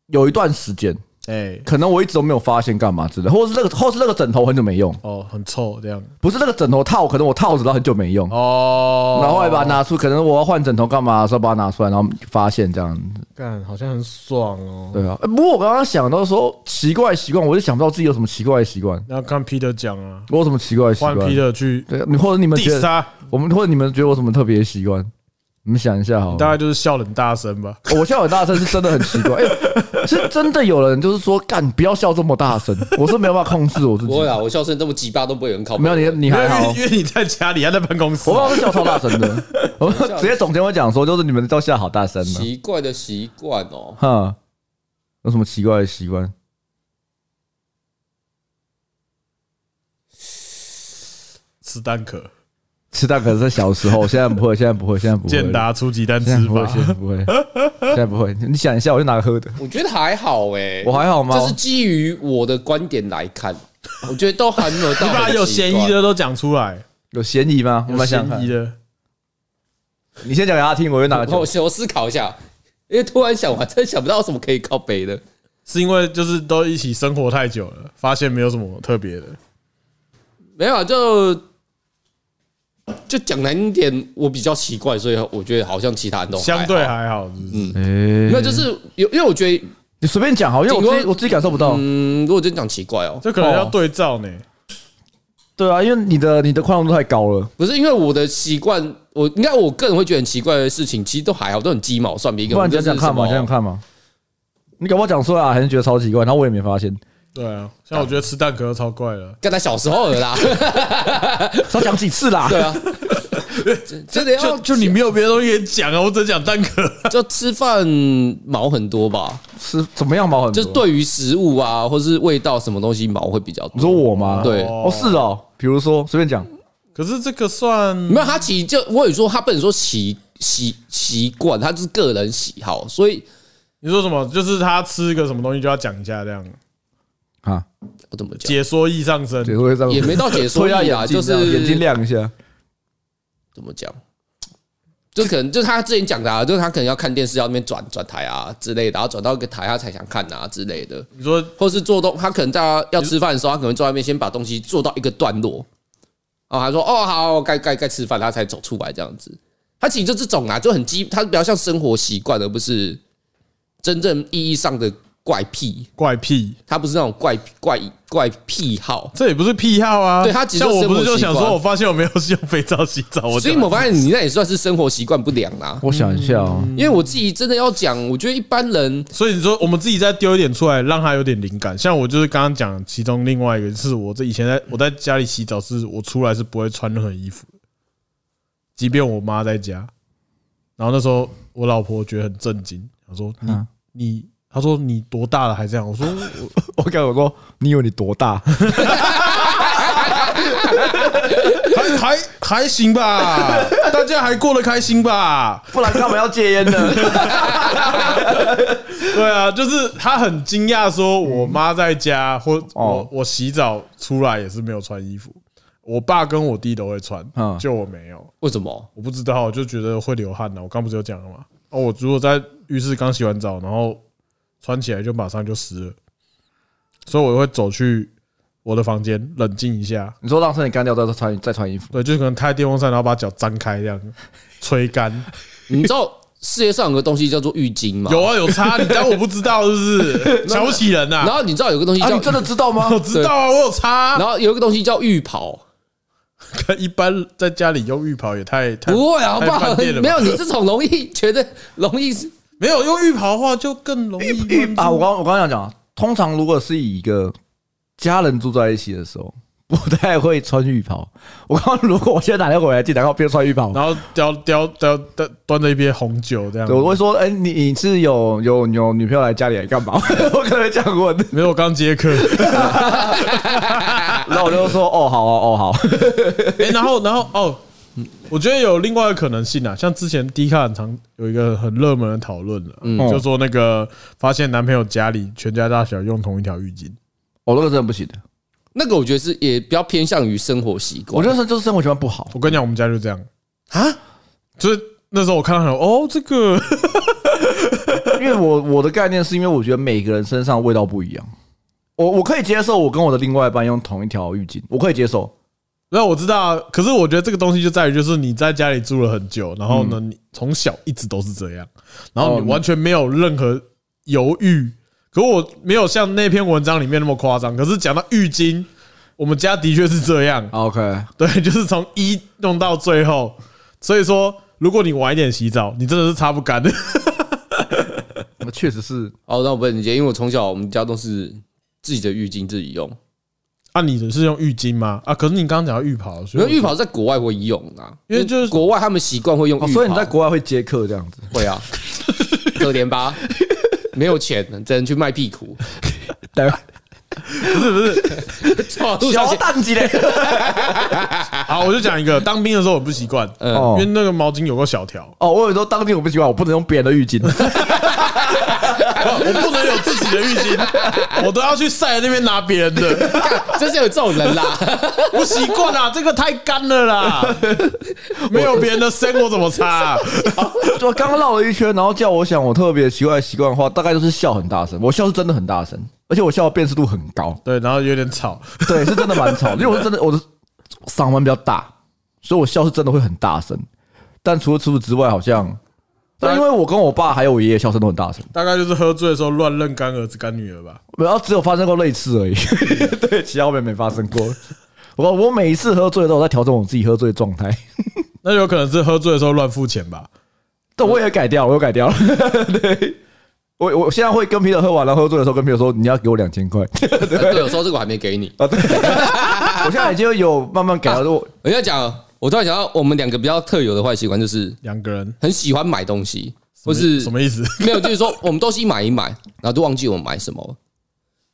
A: 有一段时间，
B: 哎，
A: 可能我一直都没有发现干嘛之类，或是那个或是那个枕头很久没用，
B: 哦，很臭这样。
A: 不是那个枕头套，可能我套子都很久没用。
B: 哦，
A: 然后还把它拿出，可能我要换枕头干嘛的时候把它拿出来，然后发现这样子，
B: 干好像很爽哦。
A: 对啊。呃不过我刚刚想到说奇怪习惯，我就想不到自己有什么奇怪的习惯，
B: 然后看 Peter 讲啊，
A: 我有什么奇怪的习
B: 换
A: 惯？
B: Peter 去
A: 对，啊你或者你们
B: 第
A: 觉得
B: 三，
A: 我们或者你们觉得我有什么特别的习惯？你们想一下好
B: 大
A: 了。
B: 概就是笑很大声吧。
A: 我笑很大声是真的很奇 怪，哎，是真的有人就是说干不要笑这么大声，我是没有办法控制我自己
C: 不。会啊啦，我笑声这么鸡巴都不会有人靠背。
A: 没有你，你还好
B: 因为，因为你在家里，他在办公室
A: 我。爸是笑超大声的。我们直接总监会讲说，就是你们都笑好大声的。
C: 奇怪的习惯哦，
A: 哈，有什么奇怪的习惯？
B: 吃蛋壳，
A: 吃蛋可能是小时候，现在不会，现在不会，现在不会。
B: 健达出鸡蛋
A: 现
B: 吃
A: 在不会，
B: 法。
A: 现在不会，现在不会。你想一下，我是哪个喝的？
C: 我觉得还好哎、
A: 我还好吗？
C: 这是基于我的观点来看，我觉得都还没有到
B: 你把
C: 很
B: 有
C: 奇怪
B: 嫌疑的都讲出来，
A: 有嫌疑吗？我
B: 有
A: 们想
B: 嫌
A: 想看
B: 疑的，
A: 你先讲给他听，我有哪个
C: 我
A: 酒？
C: 我思考一下，因为突然想，我还真想不到什么可以靠北的。
B: 是因为就是都一起生活太久了，发现没有什么特别的。
C: 没有啊，就就讲难听点，我比较奇怪，所以我觉得好像其他人都还好
B: 相对啊还好，是不是？
A: 哎
C: 没有，就是有，因为我觉得，
A: 你随便讲好，因为我自
C: 顶
A: 己
C: 多
A: 我自己感受不到。
C: 嗯，如果真讲奇怪哦，
B: 这可能要对照呢。
A: 对啊，因为你的你的宽容度太高了。
C: 不是因为我的习惯，我应该我个人会觉得很奇怪的事情，其实都还好，都很鸡毛蒜皮。
A: 不然讲讲看嘛，
C: 就是
A: 讲
C: 什么
A: 讲看嘛。你搞不好讲出来啊，还是觉得超奇怪，然后我也没发现。
B: 对啊，像我觉得吃蛋壳超怪了，
C: 跟他小时候的啦，
A: 少讲几次啦？
C: 对 啊，真真的要
B: 就就你没有别的东西可以讲啊，我只讲蛋 壳。
C: 就吃饭毛很多吧，
A: 是怎么样毛很多？
C: 就是对于食物啊，或是味道什么东西毛会比较
A: 你说
C: 多。
A: 我吗？
C: 对
A: 哦，是哦。比如说，随便讲，
B: 可是这个算
C: 没有，他其实就我有说他不能说习习习惯，他就是个人喜好，所以
B: 你说什么？就是他吃个什么东西就要讲一下，这样
A: 啊，
C: 我怎么讲
B: 解说易上升
A: 解。说会这样
C: 也没到解说
A: 脱下
C: 力
A: 眼
C: 啊，
A: 镜
C: 就
A: 这样，
C: 是
A: 眼睛亮一下。
C: 怎么讲？就可能就是他之前讲的，啊，就是他可能要看电视，要那边转转台啊之类的，然后转到一个台他才想看啊之类的。
B: 你说
C: 或是做东，他可能大家要吃饭的时候，他可能坐外面先把东西做到一个段落，然后他说哦好，该该该吃饭，他才走出来这样子。他其实就这种啊，就很基，他比较像生活习惯，而不是真正意义上的怪癖。
B: 怪癖，
C: 他不是那种怪怪怪癖好，
B: 这也不是癖好啊。
C: 对他只是
B: 像我不是就
C: 生活习
B: 想
C: 惯
B: 说，我发现我没有 用肥皂洗澡，我
C: 所
B: 就
C: 以我发现你那也算是生活习惯不良啊啦。
A: 我想一下哦，
C: 因为我自己真的要讲，我觉得一般人
B: 所以你说我们自己再丢一点出来，让他有点灵感。像我就是刚刚讲，其中另外一个是我这以前在我在家里洗澡是，我出来是不会穿任何衣服的，即便我妈在家。然后那时候我老婆觉得很震惊，她说：“你
A: 嗯
B: 你。”她说：“你多大了还这样？”我说
A: 我跟我说，你以为你多 大？：“
B: 还还还行吧，大家还过得开心吧
A: 不然干嘛要戒烟呢？？”
B: 对啊，就是她很惊讶，说我妈在家或我
A: 哦
B: 我洗澡出来也是没有穿衣服，我爸跟我弟都会穿，
A: 嗯
B: 就我没有。
C: 为什么？
B: 我不知道，我就觉得会流汗啊呢、我刚不是有讲了吗？哦，我如果在浴室刚洗完澡，然后穿起来就马上就湿了，所以我会走去我的房间冷静一下。
A: 你说让身体干掉再穿再穿衣服，
B: 对，就是可能开电风扇，然后把脚张开这样吹干。
C: 你知道世界上有个东西叫做浴巾吗？
B: 有啊，有差，你当我不知道是不 是？瞧不起人呐、
C: 然
B: 啊？
C: 后你知道有个东西
A: 啊，
C: 叫
A: 你真的知道 吗？
B: 我知道啊，我有差啊、
C: 然后有一个东西叫浴袍，
B: 跟一般在家里用浴袍也太太
C: 不会啊，好不
B: 太
C: 好
B: 饭店？了吧
C: 没有你这种容易觉得容易是
B: 没有用浴袍的话就更容易
A: 啊，我刚我刚刚想讲，通常如果是以一个家人住在一起的时候，不太会穿浴袍。我刚刚如果我现在打电话回来，进来然后边穿浴袍，
B: 然后叼叼叼叼端着一杯红酒这样
A: 对，。我会说，哎、你你是有有有女朋友来家里来干嘛？我可能会这样问，
B: 没有，我刚接客。
A: 然后我就说，哦，好哦，哦，好。
B: 哎，然后然后哦，我觉得有另外一个可能性啊，像之前 D 卡很常有一个很热门的讨论了，就说那个发现男朋友家里全家大小用同一条浴巾，
A: 我那个真的不行的，
C: 那个我觉得是也比较偏向于生活习惯。
A: 我觉得是就是生活习惯不好。
B: 我跟你讲，我们家就这样。
C: 啊，
B: 就是那时候我看到很哦，这个
A: 因为我我的概念是因为我觉得每个人身上味道不一样，我我可以接受我跟我的另外一半用同一条浴巾，我可以接受。
B: 那我知道啊，可是我觉得这个东西就在于，就是你在家里住了很久，然后呢，你从小一直都是这样，然后你完全没有任何犹豫。可我没有像那篇文章里面那么夸张，可是讲到浴巾，我们家的确是 这样，
A: OK，
B: 对，就是从一弄到最后。所以说，如果你晚一点洗澡，你真的是擦不干的。
A: 那确实是
C: 哦，那我问你姐，因为我从小我们家都是自己的浴巾自己用，
B: 啊，你的是用浴巾吗？啊，可是你刚刚讲到浴袍，所
C: 因
B: 以
C: 为
B: 我
C: 浴袍在国外会用啊，
B: 因为就是
C: 国外他们习惯会用浴
A: 哦，
C: 袍，
A: 所以你在国外会接客这样子。
C: 会 啊，可怜吧，没有钱，只能去卖屁股，
A: 对，
B: 哦
C: 路上
A: 小蛋级嘞。
B: 好，我就讲一个，当兵的时候我不习惯，
C: 嗯，
B: 因为
A: 哦
B: 那个毛巾有个小条，
A: 哦，我有时候当天我不习惯，我不能用别人的浴 巾。
B: 我不能有自己的浴巾，我 都要去晒那边拿别人的，
C: 真是有这种人啦，
B: 不习惯啦，这个太干了啦，没有别人的身我怎么擦、啊？
A: 就刚刚绕了一圈，然后叫我想我特别奇怪的习惯的话，大概就是笑很大声。我笑是真的很大声，而且我笑的辨识度很 高。
B: 对，然后有点吵，
A: 对，是真的蛮吵，因为我是真的我的嗓门比较大，所以我笑是真的会很大声。但除了除此之外，好像，但因为我跟我爸还有我爷爷笑声都很大声，
B: 大概就是喝醉的时候乱认干儿子干女儿吧。
A: 然后只有发生过类似而已， 对，其他我面没发生过。我我每一次喝醉的时候，我在调整我自己喝醉的状态，
B: 那有可能是喝醉的时候乱付钱吧？
A: 但我也改掉，我又改掉了。对，我我现在会跟皮特喝完了喝醉的时候，跟皮特说你要给我两千块。
C: 哎对，有时候这个我还没给你。
A: 啊，对， 我现在已经有慢慢改了。我
C: 我要讲，我突然想到，我们两个比较特有的坏习惯就是
B: 两个人，
C: 很喜欢买东西，
B: 不
C: 或是
B: 什么意思？
C: 没有，就是说我们东西买一买，然后就忘记我们买什么了。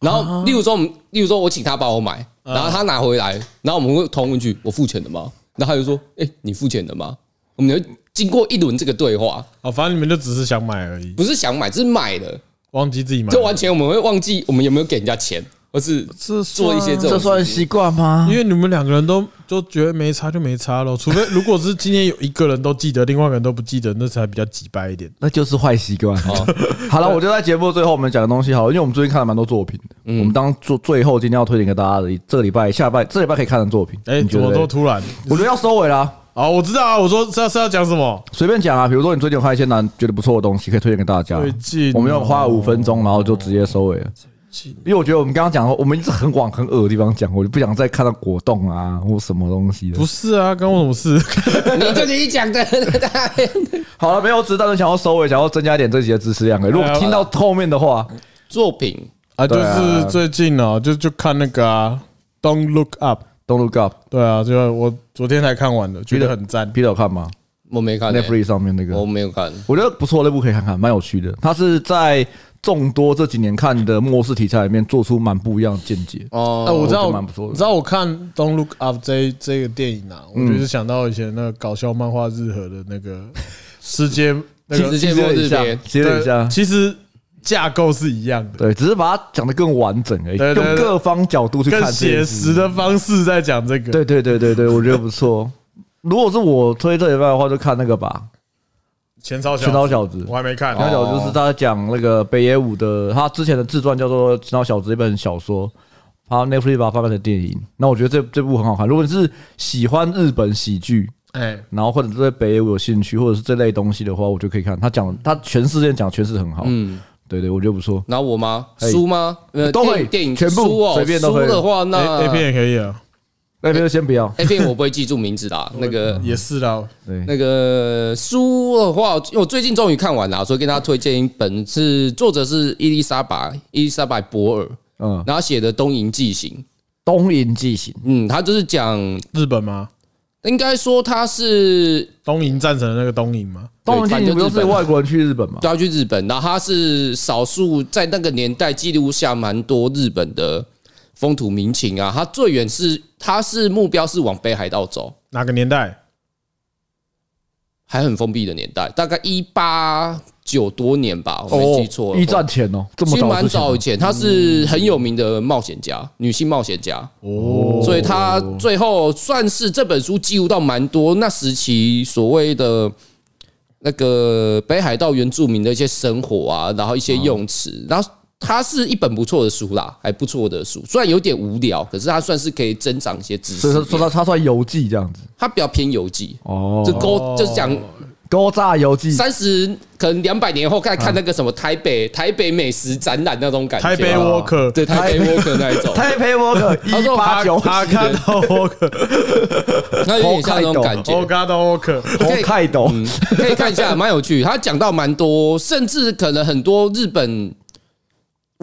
C: 然后，例如说我们，例如说我请他帮我买，然后他拿回来，然后我们会同问句：“我付钱了吗？”然后他就说：“哎，你付钱了吗？”我们就经过一轮这个对话，
B: 哦，反正你们就只是想买而已，
C: 不是想买，只是买了，
B: 忘记自己买
C: 就。完全我们会忘记我们有没有给人家钱，或是啊
B: 这
C: 做一些这种
B: 种，
C: 这算
A: 习惯吗
B: 因为你们两个人都就觉得没差就没差咯，除非如果是今天有一个人都记得，另外一个人都不记得，那才比较鸡掰一点。
A: 那就是坏习惯。
C: 哦
A: 好了，我就在节目最后我们讲的东西好了，因为我们最近看了蛮多作品的。我们当做最后今天要推荐给大家的，这个礼拜、下拜这礼拜可以看的作品，
B: 哎，
A: 你觉
B: 怎
A: 得
B: 么
A: 嘞
B: 都突然？
A: 我觉得要收尾啦，
B: 哦，我知道啊，我说是要是要讲什么？
A: 随便讲啊。比如说你最近有看一些难觉得不错的东西，可以推荐给大家
B: 最。近啊
A: 我们又花了五分钟，然后就直接收尾了。因为我觉得我们刚刚讲的，我们一直很往很恶的地方讲，我就不想再看到果冻啊或什么东西的
B: 不。是啊，关我什么事？
C: 你就你讲的，
A: 好了，没有，我只是单纯想要收尾，想要增加一点这集的知识量而已。如果听到后面的话，
C: 作品
B: 啊，就
A: 对啊
B: 是最近哦，就就看那个啊，Don't Look Up。
A: Don't Look Up，
B: 对啊，就我昨天才看完的，觉得很赞。
A: 皮特有看吗
C: 我没看、欸，
A: ？Netflix 啊上面那个
C: 我，没有看。
A: 我觉得不错，那部可以看看，蛮有趣的。它是在众多这几年看的末世题材里面做出蛮不一样的见解。
C: 哦，
B: 哎，我知道，
A: 我觉得蛮不错的嗯
B: 你知道我看《Don't Look Up 这》这个电影啊，我就是想到以前那个搞笑漫画日和的那 个世界那
C: 世
B: 个，
C: 界末日篇，
A: 接了一下，
B: 其实架构是一样的，
A: 对，只是把它讲得更完整而已，
B: 对对
A: 用
B: 对
A: 各方角度去看
B: 更
A: 这
B: 写
A: 件事
B: 实的方式在讲这个。
A: 对对对对对，我觉得不错。 如果是我推这一半的话，就看那个吧，
B: 前朝
A: 《
B: 小
A: 全
B: 子
A: 刀小子》。
B: 我还没看
A: 前，朝小子就是他讲那个北野武的，他之前的自传叫做《前朝小子》一本小说，他 Netflix 把它翻拍成电影。那我觉得这这部很好看。如果你是喜欢日本喜剧，
B: 哎，
A: 然后或者对北野武有兴趣，或者是这类东西的话，我就可以看。他讲他全世界讲诠释得很好，
C: 嗯，
A: 对对，我觉得不错。
C: 然后我吗？
A: 嘿
C: 书吗？呃
A: 都会
C: 电电影
A: 全部
C: 书哦
A: 随便都
C: 书
A: 会
C: 的话，那
B: A A 片也可以啊，
A: 那边就先不要，
C: A 片我不会记住名字 啦。那个
A: 嗯
B: 也是啦。
A: 对，
C: 那个书的话，因为我最近终于看完了，所以跟大家推荐一本是作者是伊丽莎白伊丽莎白博尔，
A: 嗯，
C: 然后写的《东瀛纪行》。
A: 东瀛纪行
C: 嗯，他就是讲，
B: 日本吗？
C: 应该说他是
B: 东瀛战神的那个东瀛吗？
A: 东瀛纪
C: 反
A: 行
C: 正
A: 不
C: 就
A: 就
C: 日
A: 是
C: 本
A: 外国人去日本吗？
C: 都要去日本，然后他是少数在那个年代记录下蛮多日本的风土民情啊。他最远是他是目标是往北海道走，
B: 哪个年代？
C: 还很封闭的年代，大概一八九多年吧，我没记错了。
A: 一战前哦，这
C: 其
A: 么
C: 实
A: 早
C: 蛮
A: 之前
C: 早
A: 哦
C: 以前，她是很有名的冒险家，女性冒险家，
B: 哦
C: 所以她最后算是这本书记录到蛮多那时期所谓的那个北海道原住民的一些生活啊，然后一些用
A: 嗯
C: 词，然后。它是一本不错的书啦，还不错的书，虽然有点无聊，可是它算是可以增长一些知
A: 所
C: 识
A: 以。说说到他算游记这样子
C: 它比较偏游记，
A: 哦
C: 就勾就是讲
A: 勾炸游记，
C: 三十可能两百年后看看那个什么台北
A: 嗯
C: 台北美食展览那种感觉啊。
B: 台北 Walker，
C: 对台北 Walker 那一种，
A: 台北 Walker
C: 他说
A: 一八九哦
B: 阿卡多 Walker，
C: 那有点像那种感
A: 哦
B: 欧
C: 觉。
B: 卡多 Walker，
A: 红泰斗，
C: 可以看一 下，蛮有趣。他讲到蛮多，甚至可能很多日本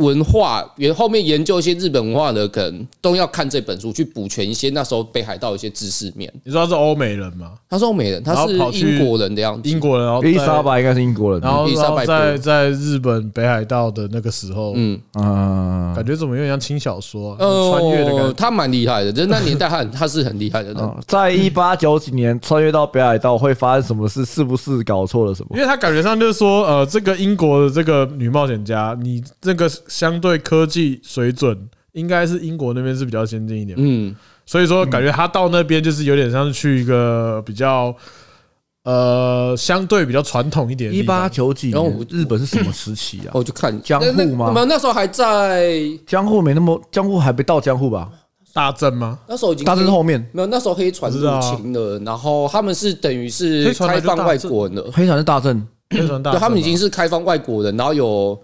C: 文化，也后面研究一些日本文化的，可能都要看这本书去补全一些那时候北海道一些知识面。
B: 你知道是欧美人吗？
C: 他说美人，他是
B: 然后跑去
C: 英国人的样子，
B: 英国人，然后在
A: 伊莎白应该是英国人，
B: 然后
C: 伊莎
B: 然后
C: 白
B: 在
C: 布
B: 在日本北海道的那个时候，
C: 嗯
A: 嗯，
B: 感觉怎么有点像轻小说啊、穿越的感
C: 呃，
B: 觉？
C: 他蛮厉害的，就是那年代他很他是很厉害的人。
A: 嗯在一八九几年穿越到北海道会发生什么事？是不是搞错了什么
B: 因？为他感觉上就是说，呃，这个英国的这个女冒险家，你这个相对科技水准应该是英国那边是比较先进一点，
C: 嗯，
B: 所以说感觉他到那边就是有点像是去一个比较呃相对比较传统一点的
A: 一
B: 地方
A: 八九几
C: 然后我
A: 年日本是什么时期啊？
C: 我就看
A: 江户
C: 那那
A: 吗
C: 没有，那时候还在，
A: 江户没那么，江户还没到江户吧？
B: 大正吗？
C: 啊那时候已经
A: 大致是后面，
C: 没有，那时候黑船入侵了，然后他们是等于是
B: 啊黑船
C: 开
B: 来就大
C: 放外国人了，
A: 黑船是大正，
B: 宣传大
C: 对，
B: 正吗，哎
C: 他们已经是开放外国人，然后有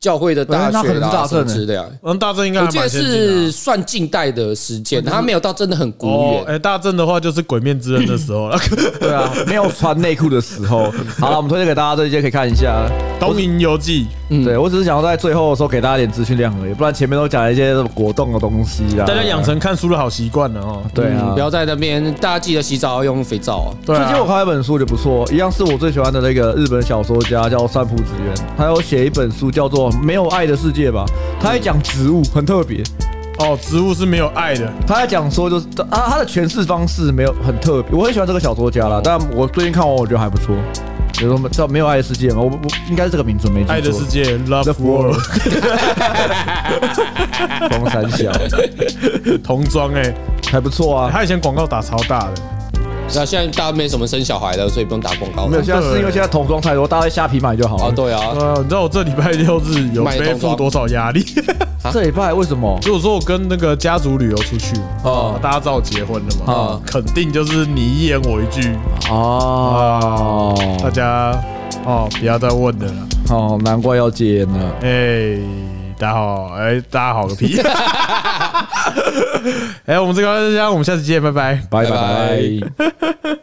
C: 教会的大
A: 那可
C: 学
A: 能是
C: 啦
A: 大
C: 什么
A: 正欸
C: 之类的。
B: 嗯大正应该
C: 我
B: 还
C: 记得
B: 蛮先进
C: 是
B: 的啊。嗯
C: 算近代的时间，他没有到真的很古
B: 哦，
C: 远。
B: 哎，大正的话就是《鬼面之刃》的时候了，
A: 对啊，没有穿内裤的时候。好了，我们推荐给大家这一些可以看一下。
B: 《东瀛游记》
C: 嗯
A: 对我只是想要在最后的时候给大家一点资讯量而已，不然前面都讲了一些什么果冻的东西啊啦。
B: 大家养成看书的好习惯了哦。
A: 对啊
C: 嗯不。要在那边，大家记得洗澡要用肥皂啊。
B: 对啊
A: 最近我看到一本书就不错，一样是我最喜欢的那个日本小说家叫三浦紫苑，他有写一本书叫做《没有爱的世界》吧，他在讲植物，很特别。
B: 哦，植物是没有爱的，
A: 他在讲说就是啊，他的诠释方式没有很特别，我很喜欢这个小说家啦，但我最近看完我觉得还不错。比如说叫《没有爱的世界》嘛，我我应该是这个名字没记错。
B: 爱的世界
A: The
B: ，Love
A: World
B: World，
A: 光三小
B: 童装哎，
A: 还不错啊。
B: 他以前广告打超大
C: 啊
B: 的，
C: 那现在大家没什么生小孩了，所以不用打广告
A: 没有，
C: 了。
A: 现在是因为现在童装太多，大家在虾皮买就好
C: 啊，
A: 了。
C: 对啊，
B: 啊，你知道我这礼拜六日有
C: 卖
B: 背
C: 童
B: 负
C: 装
B: 多少压力？
A: 这礼拜为什么？
B: 如果说我跟那个家族旅游出去，
C: 哦
B: 啊，大家知道我结婚了嘛
C: 哦，
B: 肯定就是你一言我一句
A: 啊哦
B: 大家哦，不要再问了啦。
A: 哦，难怪要戒烟了。
B: 哎，大家好，哎，大家好个屁！ 哎，我们这个就这样，我们下次见，拜拜。
A: 拜
C: 拜
A: 拜。